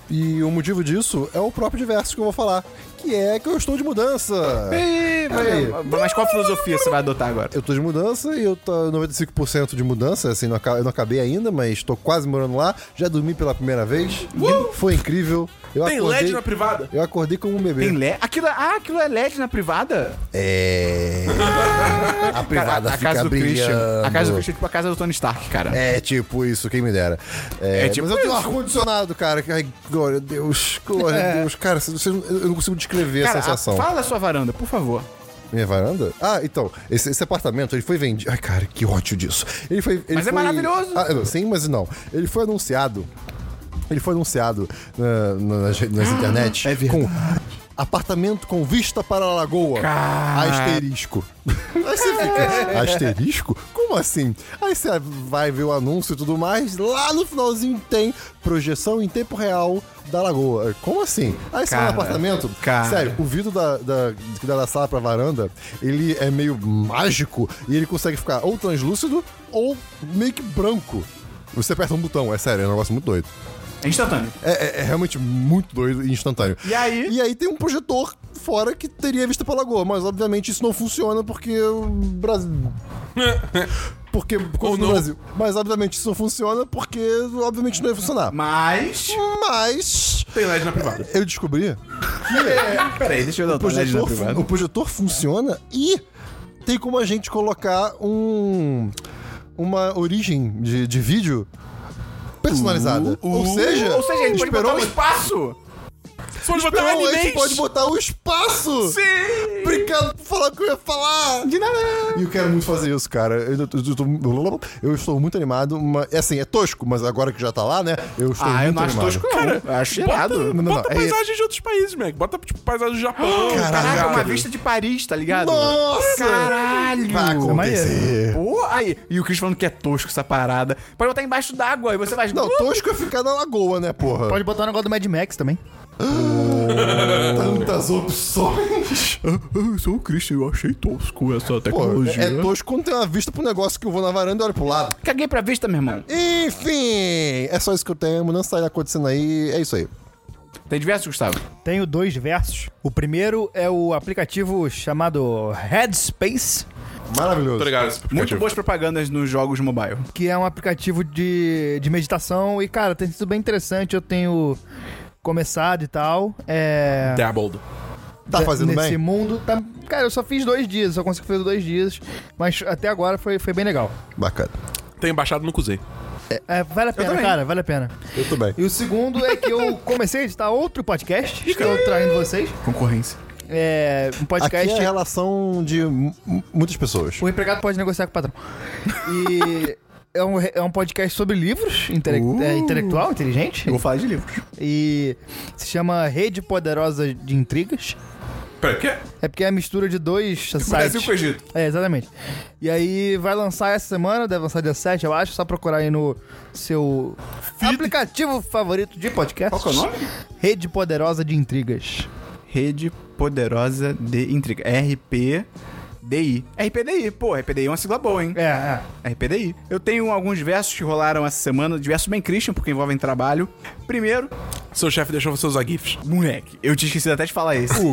Speaker 2: E o motivo disso é o próprio diverso que eu vou falar, que é que eu estou de mudança.
Speaker 1: Ih, mas-
Speaker 2: Aí.
Speaker 1: Mas qual filosofia você vai adotar agora?
Speaker 2: Eu tô de mudança e eu tô 95% de mudança, assim, não aca- eu não acabei ainda, mas tô quase morando lá. Já dormi pela primeira vez. Foi incrível. Eu
Speaker 4: Uh! Tem
Speaker 2: acordei,
Speaker 4: LED na privada?
Speaker 2: Eu acordei como um bebê.
Speaker 1: Tem LED? Aquilo, ah, aquilo é LED na privada?
Speaker 2: É. A privada
Speaker 1: a, a
Speaker 2: fica
Speaker 1: casa do Christian.
Speaker 2: brilhando.
Speaker 1: A casa do Christian é tipo a casa do Tony Stark, cara.
Speaker 2: É tipo isso, quem me dera. É,
Speaker 1: É tipo
Speaker 2: mas eu tenho um
Speaker 1: isso.
Speaker 2: ar-condicionado, cara. que- Ai, glória a Deus, glória a Deus. Cara, você- você- eu não consigo descrever
Speaker 1: É. Cara,
Speaker 2: é a sensação.
Speaker 1: a- fala da sua varanda, por favor.
Speaker 2: Minha varanda? Ah, então, esse, esse apartamento, ele foi vendido... Ai, cara, que ódio disso. Ele foi, ele
Speaker 1: Mas é
Speaker 2: foi-
Speaker 1: maravilhoso.
Speaker 2: Ah, não, sim, mas não. Ele foi anunciado... Ele foi anunciado na- na- nas, nas internet
Speaker 1: é verdade.
Speaker 2: com apartamento com vista para a lagoa. Asterisco. Aí você
Speaker 1: É.
Speaker 2: fica, asterisco? Como assim? Aí você vai ver o anúncio e tudo mais, lá no finalzinho tem projeção em tempo real da lagoa. Como assim? Aí você vai no
Speaker 1: Cara,
Speaker 2: apartamento,
Speaker 1: cara.
Speaker 2: sério, o vidro da, da, que dá da sala pra varanda, ele é meio mágico e ele consegue ficar ou translúcido ou meio que branco. Você aperta um botão, é sério, é um negócio muito doido.
Speaker 1: É instantâneo.
Speaker 2: É, é- é realmente muito doido e instantâneo.
Speaker 1: E aí?
Speaker 2: E aí tem um projetor fora que teria vista pra lagoa, mas obviamente isso não funciona porque o Brasil. Porque coisa do
Speaker 4: não.
Speaker 2: Brasil. Mas obviamente isso não funciona porque obviamente não ia funcionar.
Speaker 1: Mas.
Speaker 2: Mas
Speaker 4: Tem LED na privada.
Speaker 2: eu descobri
Speaker 1: Peraí, deixa eu dar
Speaker 2: o projetor, fu- o projetor funciona e tem como a gente colocar um uma origem de, de vídeo personalizada. ou seja,
Speaker 1: Uh, Ou seja, ele pode botar
Speaker 2: esperou
Speaker 1: um espaço.
Speaker 4: Você pode botar um
Speaker 2: Não, a
Speaker 4: anime!
Speaker 2: gente pode botar o espaço!
Speaker 1: Sim!
Speaker 2: Obrigado por falar o que eu ia falar!
Speaker 1: De nada.
Speaker 2: E eu quero muito fazer isso, cara. Eu, eu- eu tô- eu estou muito animado. Mas, é assim, é tosco, mas agora que já tá lá, né? Eu estou
Speaker 1: Ah,
Speaker 2: muito
Speaker 1: eu não acho
Speaker 2: animado.
Speaker 1: tosco, não. Eu acho irado.
Speaker 2: Não, não, não.
Speaker 4: Bota
Speaker 2: É-
Speaker 4: paisagem de outros países, moleque. Bota, tipo, paisagem do Japão.
Speaker 1: Caraca,
Speaker 4: tá
Speaker 1: uma
Speaker 4: ligado?
Speaker 1: vista de Paris, tá ligado?
Speaker 2: Nossa!
Speaker 1: Caralho!
Speaker 2: Vai acontecer.
Speaker 1: Pô, aí. E o Chris falando que é tosco essa parada. Pode botar embaixo d'água, aí você faz.
Speaker 2: Não, tosco é ficar na lagoa, né, porra?
Speaker 5: Pode botar o negócio do Mad Max também.
Speaker 2: tantas opções.
Speaker 1: eu "Ah, sou o Christian, eu achei tosco essa
Speaker 2: Pô, é é tosco quando tem uma vista pro negócio que eu vou na varanda e olho pro lado.
Speaker 1: Caguei pra vista, meu irmão.
Speaker 2: Enfim, é só isso que eu tenho. Não sai acontecendo aí. É isso aí.
Speaker 1: Tem diversos, Gustavo?
Speaker 3: Tenho dois diversos. O primeiro é o aplicativo chamado Headspace,
Speaker 2: Maravilhoso.
Speaker 4: Muito obrigado, esse aplicativo.
Speaker 1: Muito boas propagandas nos jogos mobile.
Speaker 5: que é um aplicativo de, de meditação. E, cara, tem sido bem interessante. Eu tenho começado e tal. É.
Speaker 4: Dabbled.
Speaker 2: Tá fazendo
Speaker 5: nesse
Speaker 2: bem?
Speaker 5: mundo. Tá... Cara, eu só fiz dois dias, só consigo fazer dois dias. Mas até agora foi, foi bem legal.
Speaker 2: Bacana.
Speaker 4: Tem embaixado no cozei.
Speaker 5: É, vale a pena,
Speaker 1: também.
Speaker 5: cara, vale a pena.
Speaker 2: Eu tô bem.
Speaker 5: E o segundo é que eu comecei a editar outro podcast. Estou traindo vocês.
Speaker 1: Concorrência.
Speaker 5: É,
Speaker 2: Aqui
Speaker 5: um
Speaker 2: é
Speaker 5: podcast.
Speaker 2: a relação de mu- muitas pessoas.
Speaker 5: O empregado pode negociar com o patrão. E. É um, é um podcast sobre livros, intele- é, intelectual, inteligente.
Speaker 1: Eu vou falar de livros.
Speaker 5: E se chama Rede Poderosa de Intrigas.
Speaker 4: Pera, o quê?
Speaker 5: É porque é a mistura de dois sites.
Speaker 1: Brasil com o Egito.
Speaker 5: É, exatamente. E aí vai lançar essa semana, deve lançar dia 7, eu acho. Só procurar aí no seu aplicativo favorito de podcast.
Speaker 1: Qual que é o nome?
Speaker 5: Rede Poderosa de Intrigas.
Speaker 1: Rede Poderosa de Intriga. RP DI. RPDI, pô, RPDI é uma sigla boa, hein?
Speaker 5: É, é.
Speaker 1: RPDI. Eu tenho alguns versos que rolaram essa semana, diversos bem Christian, porque envolvem trabalho. Primeiro,
Speaker 4: Seu chefe deixou você usar GIFs.
Speaker 1: moleque, eu tinha esquecido até de falar isso.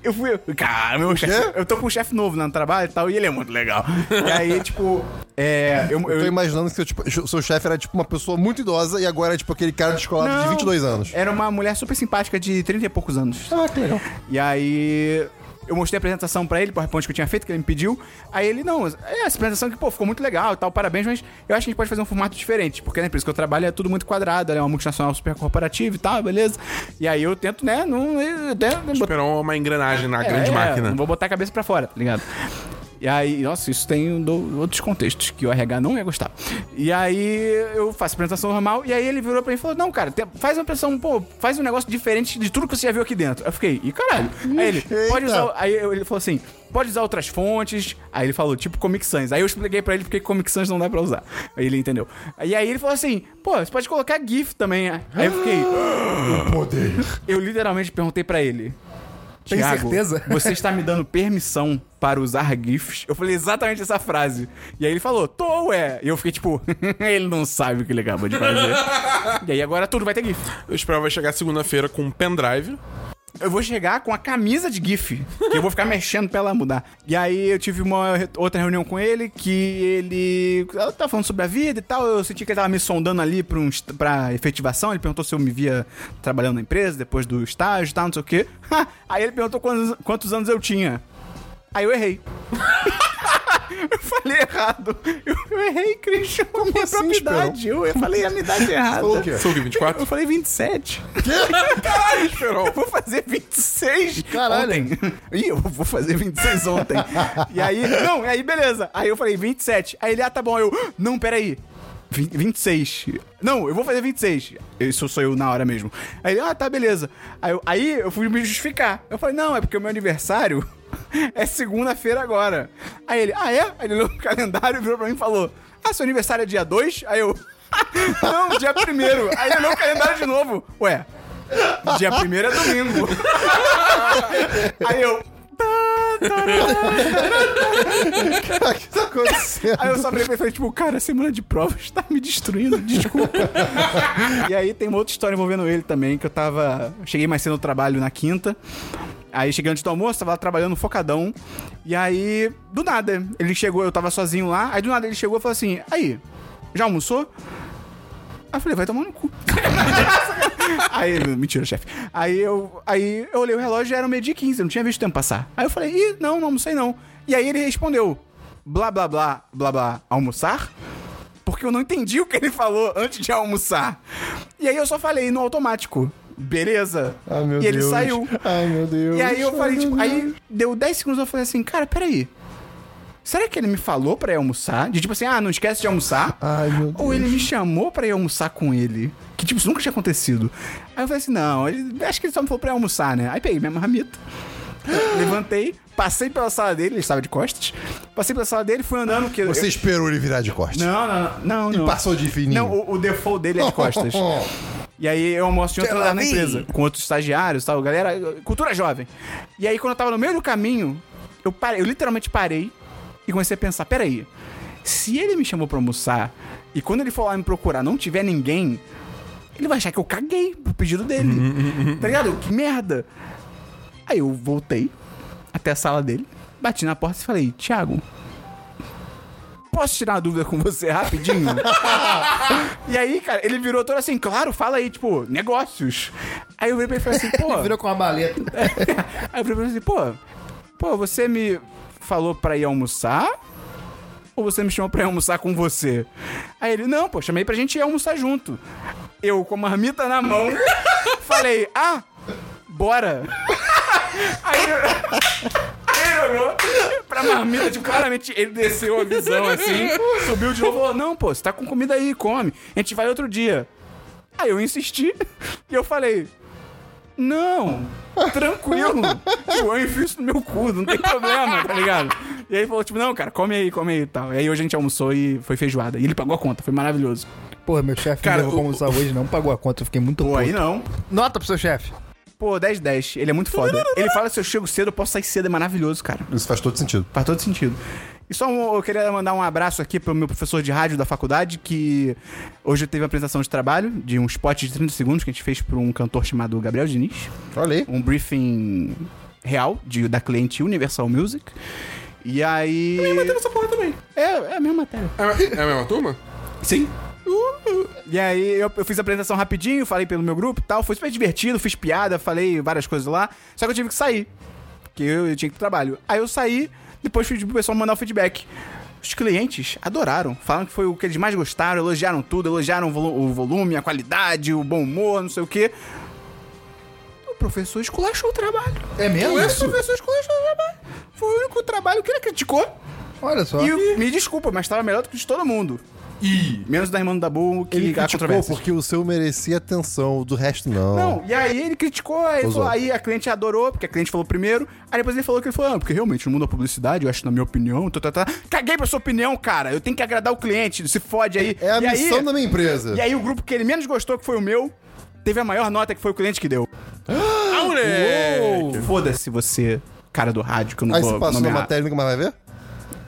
Speaker 1: Eu fui. Cara, meu chefe. Eu tô com um chefe novo lá no trabalho e tal, e ele é muito legal. E aí, tipo. É. Eu,
Speaker 2: Eu tô
Speaker 1: eu-
Speaker 2: imaginando que o tipo, o seu chefe era tipo uma pessoa muito idosa e agora é tipo aquele cara descolado de
Speaker 1: Não.
Speaker 2: 22 anos.
Speaker 1: Era uma mulher super simpática de 30 e poucos anos.
Speaker 2: Ah, que legal.
Speaker 1: E aí. Eu mostrei a apresentação pra ele, PowerPoint que eu tinha feito, que ele me pediu. Aí ele, não, é, essa apresentação que, pô, ficou muito legal e tal, parabéns, mas eu acho que a gente pode fazer um formato diferente, porque na empresa que eu trabalho é tudo muito quadrado, ela é uma multinacional super corporativa e tal, beleza? E aí eu tento, né, não. Eu, eu,
Speaker 4: Esperou uma engrenagem na grande
Speaker 1: é,
Speaker 4: máquina.
Speaker 1: Não vou botar a cabeça pra fora, tá ligado? E aí, nossa, isso tem um do- outros contextos que o RH não ia gostar. E aí eu faço a apresentação normal, e aí ele virou pra mim e falou: Não, cara, te- faz uma apresentação, pô, faz um negócio diferente de tudo que você já viu aqui dentro. Eu fiquei, e caralho. Aí ele, pode
Speaker 2: Eita.
Speaker 1: usar. o- Aí eu- ele falou assim: pode usar outras fontes. Aí ele falou, tipo Comic Sans. Aí eu expliquei pra ele porque Comic Sans não dá pra usar. Aí ele entendeu. E aí ele falou assim: pô, você pode colocar GIF também. né? Aí eu fiquei.
Speaker 2: Poder.
Speaker 1: Eu literalmente perguntei pra ele.
Speaker 5: Tem
Speaker 1: "Thiago,
Speaker 5: certeza?"
Speaker 1: Você está me dando permissão para usar GIFs? Eu falei exatamente essa frase. E aí ele falou, tô ué. E eu fiquei tipo, ele não sabe o que ele acabou de fazer. e aí agora tudo vai ter GIF.
Speaker 4: Eu esperava chegar segunda-feira com um pendrive.
Speaker 1: Eu vou chegar com a camisa de GIF, que eu vou ficar mexendo pra ela mudar. E aí eu tive uma re- outra reunião com ele, que ele. Ela tava falando sobre a vida e tal. Eu senti que ele tava me sondando ali pra, um, est- pra efetivação. Ele perguntou se eu me via trabalhando na empresa depois do estágio e tal, não sei o quê. aí ele perguntou quantos, quantos anos eu tinha. Aí eu errei. eu falei errado. Eu, eu errei, Christian. Com a minha
Speaker 2: assim,
Speaker 1: própria idade. Eu, eu falei a minha idade errada.
Speaker 2: Falou o quê?
Speaker 4: Sou o quê, 24?
Speaker 1: Eu falei 27.
Speaker 4: Caralho, Esperon!
Speaker 1: Eu vou fazer 26
Speaker 5: Caralho.
Speaker 1: ontem. Ih, eu vou fazer 26 ontem. e aí, não, e aí beleza. Aí eu falei 27. Aí ele, ah, tá bom. Aí Eu, não, peraí. Vin- 26. Não, eu vou fazer 26. Isso sou eu na hora mesmo. Aí ele, ah, tá, beleza. Aí eu, aí eu fui me justificar. Eu falei, não, é porque o meu aniversário é segunda-feira agora. Aí ele, ah, é? Aí ele olhou o calendário, virou pra mim e falou, ah, seu aniversário é dia 2? Aí eu, não, dia 1 Aí ele olhou o calendário de novo. Ué, Dia 1 é domingo. Aí eu. tá, É
Speaker 2: o que tá acontecendo?
Speaker 1: Aí eu só falei e falei, tipo, cara, a semana de prova está me destruindo, desculpa. e aí tem uma outra história envolvendo ele também, que eu tava. eu Cheguei mais cedo no trabalho na quinta. Aí cheguei antes do almoço, tava lá trabalhando focadão. E aí, do nada, ele chegou, eu tava sozinho lá. Aí do nada ele chegou e falou assim: Aí, já almoçou? Aí eu falei, vai tomar no cu. aí, ele, mentira, chefe. Aí eu, aí eu olhei o relógio e era meio dia e 15, eu não tinha visto o tempo passar. Aí eu falei, ih, não, não almocei não. E aí ele respondeu, blá, blá, blá, blá, blá, almoçar? Porque eu não entendi o que ele falou antes de almoçar. E aí eu só falei no automático. Beleza.
Speaker 2: Ai, Ah, meu
Speaker 1: e ele
Speaker 2: Deus.
Speaker 1: saiu.
Speaker 2: Ai, meu Deus.
Speaker 1: E aí eu
Speaker 2: Ai,
Speaker 1: falei,
Speaker 2: meu
Speaker 1: tipo,
Speaker 2: Deus.
Speaker 1: aí deu 10 segundos eu falei assim, cara, peraí. Será que ele me falou pra ir almoçar? De tipo assim, ah, não esquece de almoçar.
Speaker 2: Ai, meu
Speaker 1: Ou ele me chamou pra ir almoçar com ele. Que, tipo, isso nunca tinha acontecido. Aí eu falei assim, não, ele, acho que ele só me falou pra ir almoçar, né? Aí peguei minha marmita, levantei, passei pela sala dele, ele estava de costas. Passei pela sala dele, fui andando, porque...
Speaker 2: Você
Speaker 1: eu-
Speaker 2: esperou ele virar de costas.
Speaker 1: Não, não, não, não.
Speaker 2: Passou de fininho.
Speaker 1: Não, o, o default dele é de costas. E aí eu almoço em outro
Speaker 5: Tel
Speaker 1: lugar na
Speaker 5: Aviv.
Speaker 1: empresa, com outros estagiários e tal, galera, cultura jovem. E aí quando eu tava no meio do caminho, eu parei, eu literalmente parei e comecei a pensar, peraí, se ele me chamou pra almoçar e quando ele for lá me procurar não tiver ninguém, ele vai achar que eu caguei pro pedido dele. tá ligado? Que merda. Aí eu voltei até a sala dele, bati na porta e falei, Thiago, posso tirar uma dúvida com você rapidinho? E aí, cara, ele virou todo assim, claro, fala aí, tipo, negócios. Aí eu virei pra ele e falei assim, pô.
Speaker 5: Virou com uma maleta.
Speaker 1: Aí eu virei pra ele assim, pô, pô, você me falou pra ir almoçar? Ou você me chamou pra ir almoçar com você? Aí ele, não, pô, chamei pra gente ir almoçar junto. Eu, com a marmita na mão, falei, ah, bora. Aí eu... Aí ele olhou pra marmita, tipo, claramente ele desceu a visão assim, subiu de novo e falou: Não, pô, você tá com comida aí, come. A gente vai outro dia. Aí eu insisti e eu falei: Não, tranquilo. Tipo, eu enfio isso no meu cu, não tem problema, tá ligado? E aí ele falou: Tipo, não, cara, come aí, come aí e tal. E aí hoje a gente almoçou e foi feijoada. E ele pagou a conta, foi maravilhoso.
Speaker 5: Porra, meu chefe
Speaker 4: Cara,
Speaker 5: não levou pra
Speaker 4: o-
Speaker 5: almoçar hoje, não pagou a conta, eu fiquei muito
Speaker 1: Pô, aí
Speaker 5: puto.
Speaker 1: não.
Speaker 5: Nota pro seu chefe.
Speaker 1: Pô, 10 10. Ele é muito foda. Ele fala: se eu chego cedo, eu posso sair cedo. É maravilhoso, cara.
Speaker 2: Isso faz todo sentido.
Speaker 1: Faz todo sentido. E só um- eu queria mandar um abraço aqui pro meu professor de rádio da faculdade, que hoje teve uma apresentação de trabalho, de um spot de 30 segundos que a gente fez pra um cantor chamado Gabriel Diniz.
Speaker 2: Olha aí.
Speaker 1: Um briefing real de, da cliente Universal Music. E aí.
Speaker 4: Teve essa porra também.
Speaker 1: É, é a mesma matéria.
Speaker 4: É, a- é a mesma turma?
Speaker 1: Sim. E aí eu, eu fiz a apresentação rapidinho, falei pelo meu grupo e tal. Foi super divertido, fiz piada, falei várias coisas lá. Só que eu tive que sair. Porque eu, eu tinha que ir pro trabalho. Aí eu saí, depois pedi pro pessoal mandar o feedback. Os clientes adoraram. Falaram que foi o que eles mais gostaram, elogiaram tudo, elogiaram o volu- o volume, a qualidade, o bom humor, não sei o quê. O professor esculachou o trabalho.
Speaker 5: É mesmo?
Speaker 1: O professor esculachou o trabalho. Foi o único trabalho que ele criticou.
Speaker 5: Olha só.
Speaker 1: E o- me desculpa, mas tava melhor do que o de todo mundo. E... Menos da irmã do Dabu, que
Speaker 2: Ele
Speaker 1: há
Speaker 2: criticou
Speaker 1: controvérsias.
Speaker 2: porque o seu merecia atenção, o do resto não.
Speaker 1: Não, e aí ele criticou, aí,
Speaker 2: Usou.
Speaker 1: falou- aí a cliente adorou, porque a cliente falou primeiro, aí depois ele falou que ele falou, ah, porque realmente no mundo da publicidade, eu acho na minha opinião, tá, tá, tá. caguei pra sua opinião, cara, eu tenho que agradar o cliente, se fode aí.
Speaker 2: É a
Speaker 1: e
Speaker 2: missão
Speaker 1: aí,
Speaker 2: da minha empresa.
Speaker 1: E aí o grupo que ele menos gostou, que foi o meu, teve a maior nota que foi o cliente que deu.
Speaker 4: Ah, moleque!
Speaker 1: Foda-se você, cara do rádio, que eu não
Speaker 2: Aí
Speaker 1: vou
Speaker 2: você passou na
Speaker 1: nomear.
Speaker 2: matéria e nunca mais vai ver?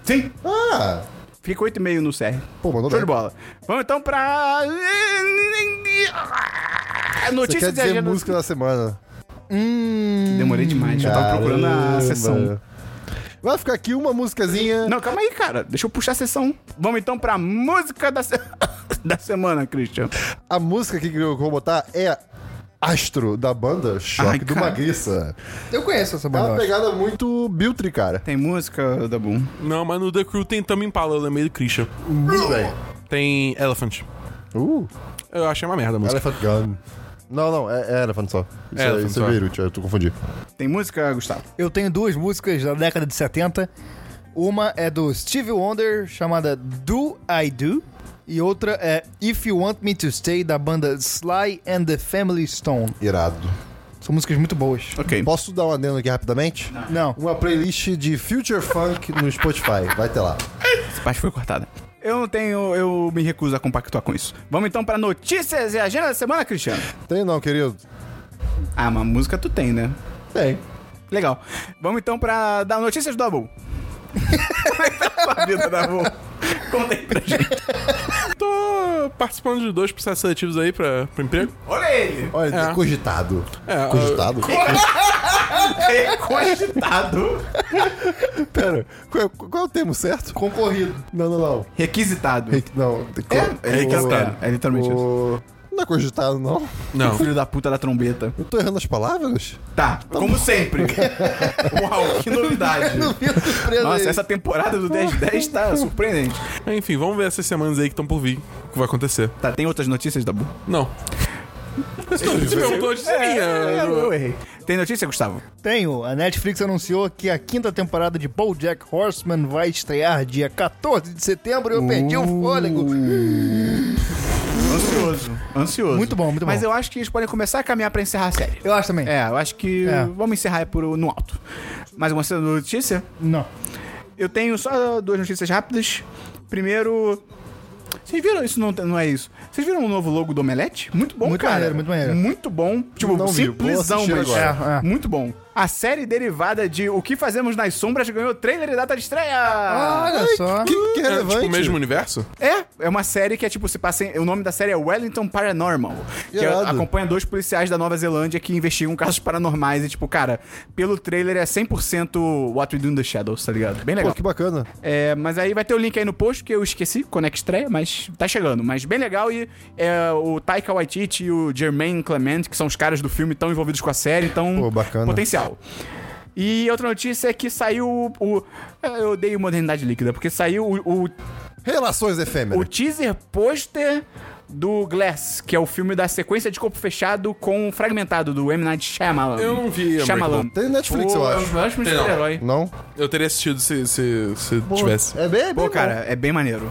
Speaker 1: Sim,
Speaker 2: Ah!
Speaker 1: fica 8,5 no CR.
Speaker 2: Pô, mandou
Speaker 1: Show
Speaker 2: bem.
Speaker 1: de bola. Vamos então pra.
Speaker 2: Você
Speaker 1: Notícias
Speaker 2: quer
Speaker 1: de
Speaker 2: dizer
Speaker 1: agenda-
Speaker 2: música da semana.
Speaker 1: Demorei demais, eu tava procurando a
Speaker 2: Hum, Caramba.
Speaker 1: sessão.
Speaker 2: Vai ficar aqui uma musicazinha.
Speaker 1: Não, calma aí, cara. Deixa eu puxar a sessão. Vamos então pra música da, se- da semana, Christian.
Speaker 2: A música que eu vou botar é Astro, da banda Choque
Speaker 1: Ai,
Speaker 2: do
Speaker 1: cara.
Speaker 2: Magriça.
Speaker 5: Eu conheço essa
Speaker 2: É
Speaker 5: banda.
Speaker 2: uma
Speaker 5: eu acho.
Speaker 2: pegada muito Biltri, cara.
Speaker 1: Tem música, Dabu?
Speaker 4: Não, mas no The Crew tem Tame Impala, eu lembrei do Christian.
Speaker 1: Hum.
Speaker 2: Muito bem.
Speaker 4: Tem Elephant.
Speaker 2: Uh,
Speaker 4: Eu achei uma merda a música.
Speaker 2: Elephant Gun. Não, não, é, é Elephant só. Isso é,
Speaker 4: Elephant
Speaker 2: isso é
Speaker 4: só.
Speaker 2: Beirute, eu tô confundindo.
Speaker 1: Tem música, Gustavo?
Speaker 5: Eu tenho duas músicas da década de 70. Uma é do Stevie Wonder, chamada Do I Do. E outra é If You Want Me To Stay, da banda Sly and the Family Stone.
Speaker 2: Irado.
Speaker 5: São músicas muito boas.
Speaker 1: Ok.
Speaker 2: Posso dar um adendo aqui rapidamente?
Speaker 5: Não.
Speaker 2: Uma playlist de Future Funk no Spotify. Vai ter lá.
Speaker 1: Essa parte foi cortada. Eu não tenho. Eu me recuso a compactuar com isso. Vamos então pra notícias e agenda da semana, Cristiano.
Speaker 2: Tem não, querido?
Speaker 1: Ah, uma música tu tem, né?
Speaker 2: Tem.
Speaker 1: Legal. Vamos então pra dar notícias do Dabu. Como é que tá a sua vida, Dabu? Conta aí pra gente.
Speaker 4: Tô participando de dois processos seletivos aí pra, pro emprego.
Speaker 1: Olha ele!
Speaker 2: Olha,
Speaker 4: É.
Speaker 2: cogitado.
Speaker 4: É,
Speaker 2: cogitado?
Speaker 1: Recogitado.
Speaker 2: Pera, qual, é- qual é o termo certo?
Speaker 5: Concorrido.
Speaker 2: Não, não, não.
Speaker 1: Requisitado.
Speaker 2: Re- Não,
Speaker 1: É, é requisitado. É literalmente isso.
Speaker 2: o... Não é cogitado, não.
Speaker 4: Não.
Speaker 1: Filho da puta da trombeta.
Speaker 2: Eu tô errando as palavras?
Speaker 1: Tá, como sempre. Uau, que novidade. Nossa, essa temporada do 1010 tá surpreendente.
Speaker 4: Enfim, vamos ver essas semanas aí que estão por vir, o que vai acontecer.
Speaker 1: Tá, tem outras notícias, Dabu?
Speaker 4: Não. Você perguntou antes de mim, é,
Speaker 1: eu errei. Tem notícia, Gustavo?
Speaker 5: Tenho. A Netflix anunciou que a quinta temporada de BoJack Horseman vai estrear dia 14 de setembro e eu perdi
Speaker 1: Uh.
Speaker 5: o fôlego.
Speaker 1: Ansioso. Ansioso.
Speaker 5: Muito bom, muito bom.
Speaker 1: Mas eu acho que eles podem começar a caminhar pra encerrar a série.
Speaker 5: Eu acho também.
Speaker 1: É, eu acho que
Speaker 5: É.
Speaker 1: vamos encerrar por, no alto. Mais uma notícia?
Speaker 5: Não.
Speaker 1: Eu tenho só duas notícias rápidas. Primeiro. Vocês viram? Isso não, não é isso. Vocês viram o novo logo do Omelete? Muito bom,
Speaker 5: Muito
Speaker 1: cara.
Speaker 5: maneiro, muito maneiro.
Speaker 1: Muito bom. Tipo,
Speaker 2: Não vi, vou
Speaker 1: simplesão,
Speaker 2: assistir
Speaker 1: mas
Speaker 5: agora. É, é.
Speaker 1: muito bom. A série derivada de O que Fazemos nas Sombras ganhou trailer e data de estreia. Ah,
Speaker 5: Olha só.
Speaker 2: Que, que
Speaker 4: É,
Speaker 2: relevante.
Speaker 4: tipo, o mesmo universo?
Speaker 1: É, é uma série que é tipo, se passa em, O nome da série é Wellington Paranormal. Que
Speaker 2: Irado.
Speaker 1: é- acompanha dois policiais da Nova Zelândia que investigam casos paranormais. E tipo, cara, pelo trailer é 100% What We Do in the Shadows, tá ligado? Bem legal.
Speaker 2: Pô, que bacana.
Speaker 1: É, mas aí vai ter o link aí no post, que eu esqueci, quando é que estreia, mas tá chegando. Mas bem legal, e é, o Taika Waititi e o Jermaine Clement, que são os caras do filme, estão envolvidos com a série, então...
Speaker 2: Pô, bacana.
Speaker 1: Potencial. E outra notícia é que saiu o... o- é, eu odeio Modernidade Líquida, porque saiu o,
Speaker 2: Relações
Speaker 1: o, o
Speaker 2: efêmeras.
Speaker 1: teaser pôster do Glass, que é o filme da sequência de corpo fechado com o fragmentado do M. Night Shyamalan.
Speaker 4: Eu não vi Unbreakable.
Speaker 1: Shyamalan.
Speaker 2: Tem Netflix, eu
Speaker 1: Pô, É um
Speaker 2: acho.
Speaker 1: dos melhores filmes de
Speaker 4: Tem não.
Speaker 1: super-herói.
Speaker 2: Não?
Speaker 4: Eu teria assistido se, se, se tivesse.
Speaker 2: É bem, é bem
Speaker 1: Pô,
Speaker 2: bom.
Speaker 1: cara, é bem maneiro.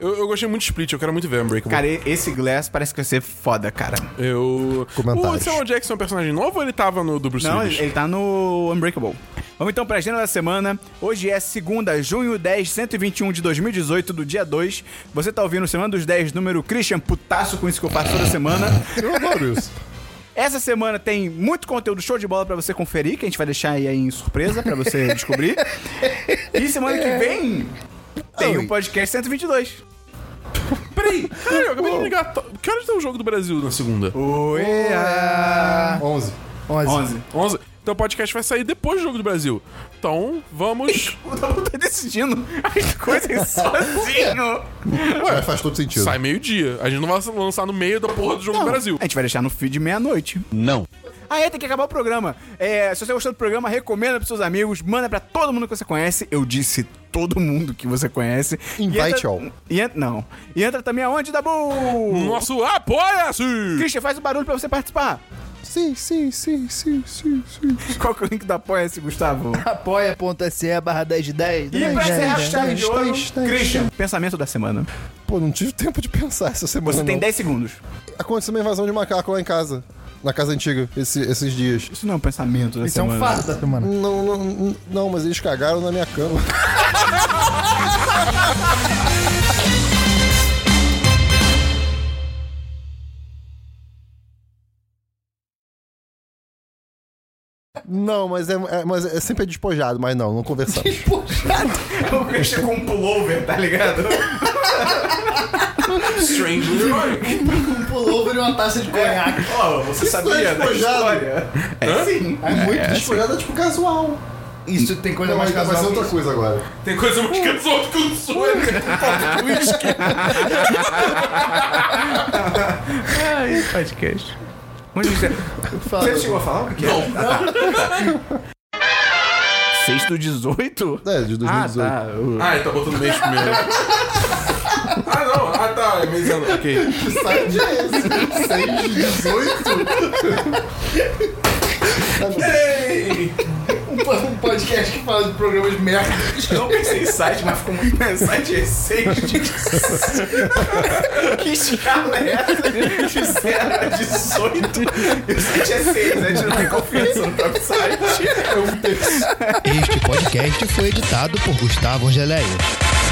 Speaker 4: Eu, eu gostei muito de Split, eu quero muito ver Unbreakable.
Speaker 1: Cara, e- esse Glass parece que vai ser foda, cara.
Speaker 4: eu... O
Speaker 2: Comentários.
Speaker 4: Samuel Jackson é um personagem novo ou ele tava no do Bruce
Speaker 1: Não,
Speaker 4: Willis?
Speaker 1: ele, ele tá no Unbreakable. Vamos então pra agenda da semana. Hoje é segunda, junho 10, 121 de 2018, do dia 2. Você tá ouvindo Semana dos 10, número Christian Putaço, com isso que eu faço toda semana.
Speaker 2: Eu adoro isso.
Speaker 1: Essa semana tem muito conteúdo show de bola pra você conferir, que a gente vai deixar aí em surpresa pra você descobrir. E semana que vem tem o podcast 122.
Speaker 4: Peraí, caralho, eu acabei de ligar. Que horas tem o jogo do Brasil na segunda?
Speaker 1: Oi,
Speaker 2: 11.
Speaker 1: 11.
Speaker 4: 11. Então o podcast vai sair depois do jogo do Brasil. Então, vamos.
Speaker 1: O Dabu tá decidindo as coisas sozinho.
Speaker 2: É, faz todo sentido.
Speaker 4: Sai meio-dia. A gente não vai lançar no meio da porra do jogo do Brasil.
Speaker 1: A gente vai deixar no feed meia-noite. Não. Ah, é, tem que acabar o programa. É, se você gostou do programa, recomenda pros seus amigos, manda pra todo mundo que você conhece. Eu disse todo mundo que você conhece. E
Speaker 2: Invite
Speaker 1: entra-
Speaker 2: all.
Speaker 1: E en- não. E entra também aonde, Dabu?
Speaker 4: Nosso apoia-se!
Speaker 1: Christian, faz o barulho pra você participar.
Speaker 2: Sim, sim, sim, sim, sim, sim.
Speaker 1: Qual que é o link da Apoia-se, Gustavo?
Speaker 5: Apoia.se barra 1010.
Speaker 1: E pra encerrar
Speaker 5: né?
Speaker 1: a chave de ouro,
Speaker 2: Está, está, está.
Speaker 1: Christian, pensamento da semana.
Speaker 2: Pô, não tive tempo de pensar essa semana.
Speaker 1: Você tem
Speaker 2: não.
Speaker 1: 10 segundos.
Speaker 2: Aconteceu uma invasão de macaco lá em casa. Na casa antiga, esse- esses dias.
Speaker 1: Isso não é um pensamento da
Speaker 5: Isso é
Speaker 1: semana.
Speaker 5: um fato da semana.
Speaker 2: Não, não, não, mas eles cagaram na minha cama. Não, mas é, é- mas é sempre despojado, mas não, não conversamos.
Speaker 1: O Christian com um pullover, tá ligado?
Speaker 4: Strange
Speaker 5: Um Pullover e uma taça de conhaque.
Speaker 1: Ó, você sabia da
Speaker 2: tá despojado.
Speaker 1: história? É sim.
Speaker 2: É muito despojado, é tipo casual.
Speaker 5: Isso tem coisa
Speaker 2: Não,
Speaker 5: mais
Speaker 2: mas vai ser
Speaker 5: casual.
Speaker 2: outra coisa agora.
Speaker 4: Tem coisa mais cansada que o sonho.
Speaker 1: Ai, podcast. Muito Você chegou a falar o que é? Sexto 18?
Speaker 2: É, de 2018.
Speaker 1: Ah, tá. O-
Speaker 4: Ah, ele tá botando mês primeiro. ah, não. Ah, tá. É mês ano. Ok.
Speaker 2: Sai de 6 de 18?
Speaker 5: Um podcast que fala de programas de merda.
Speaker 1: Eu não pensei em site, mas ficou muito bem. Site é 6 de 18. Que escala é essa? De 0 a 18? E o site é 6, a gente não tem confiança no próprio site.
Speaker 6: Este podcast foi editado por Gustavo Angeléia.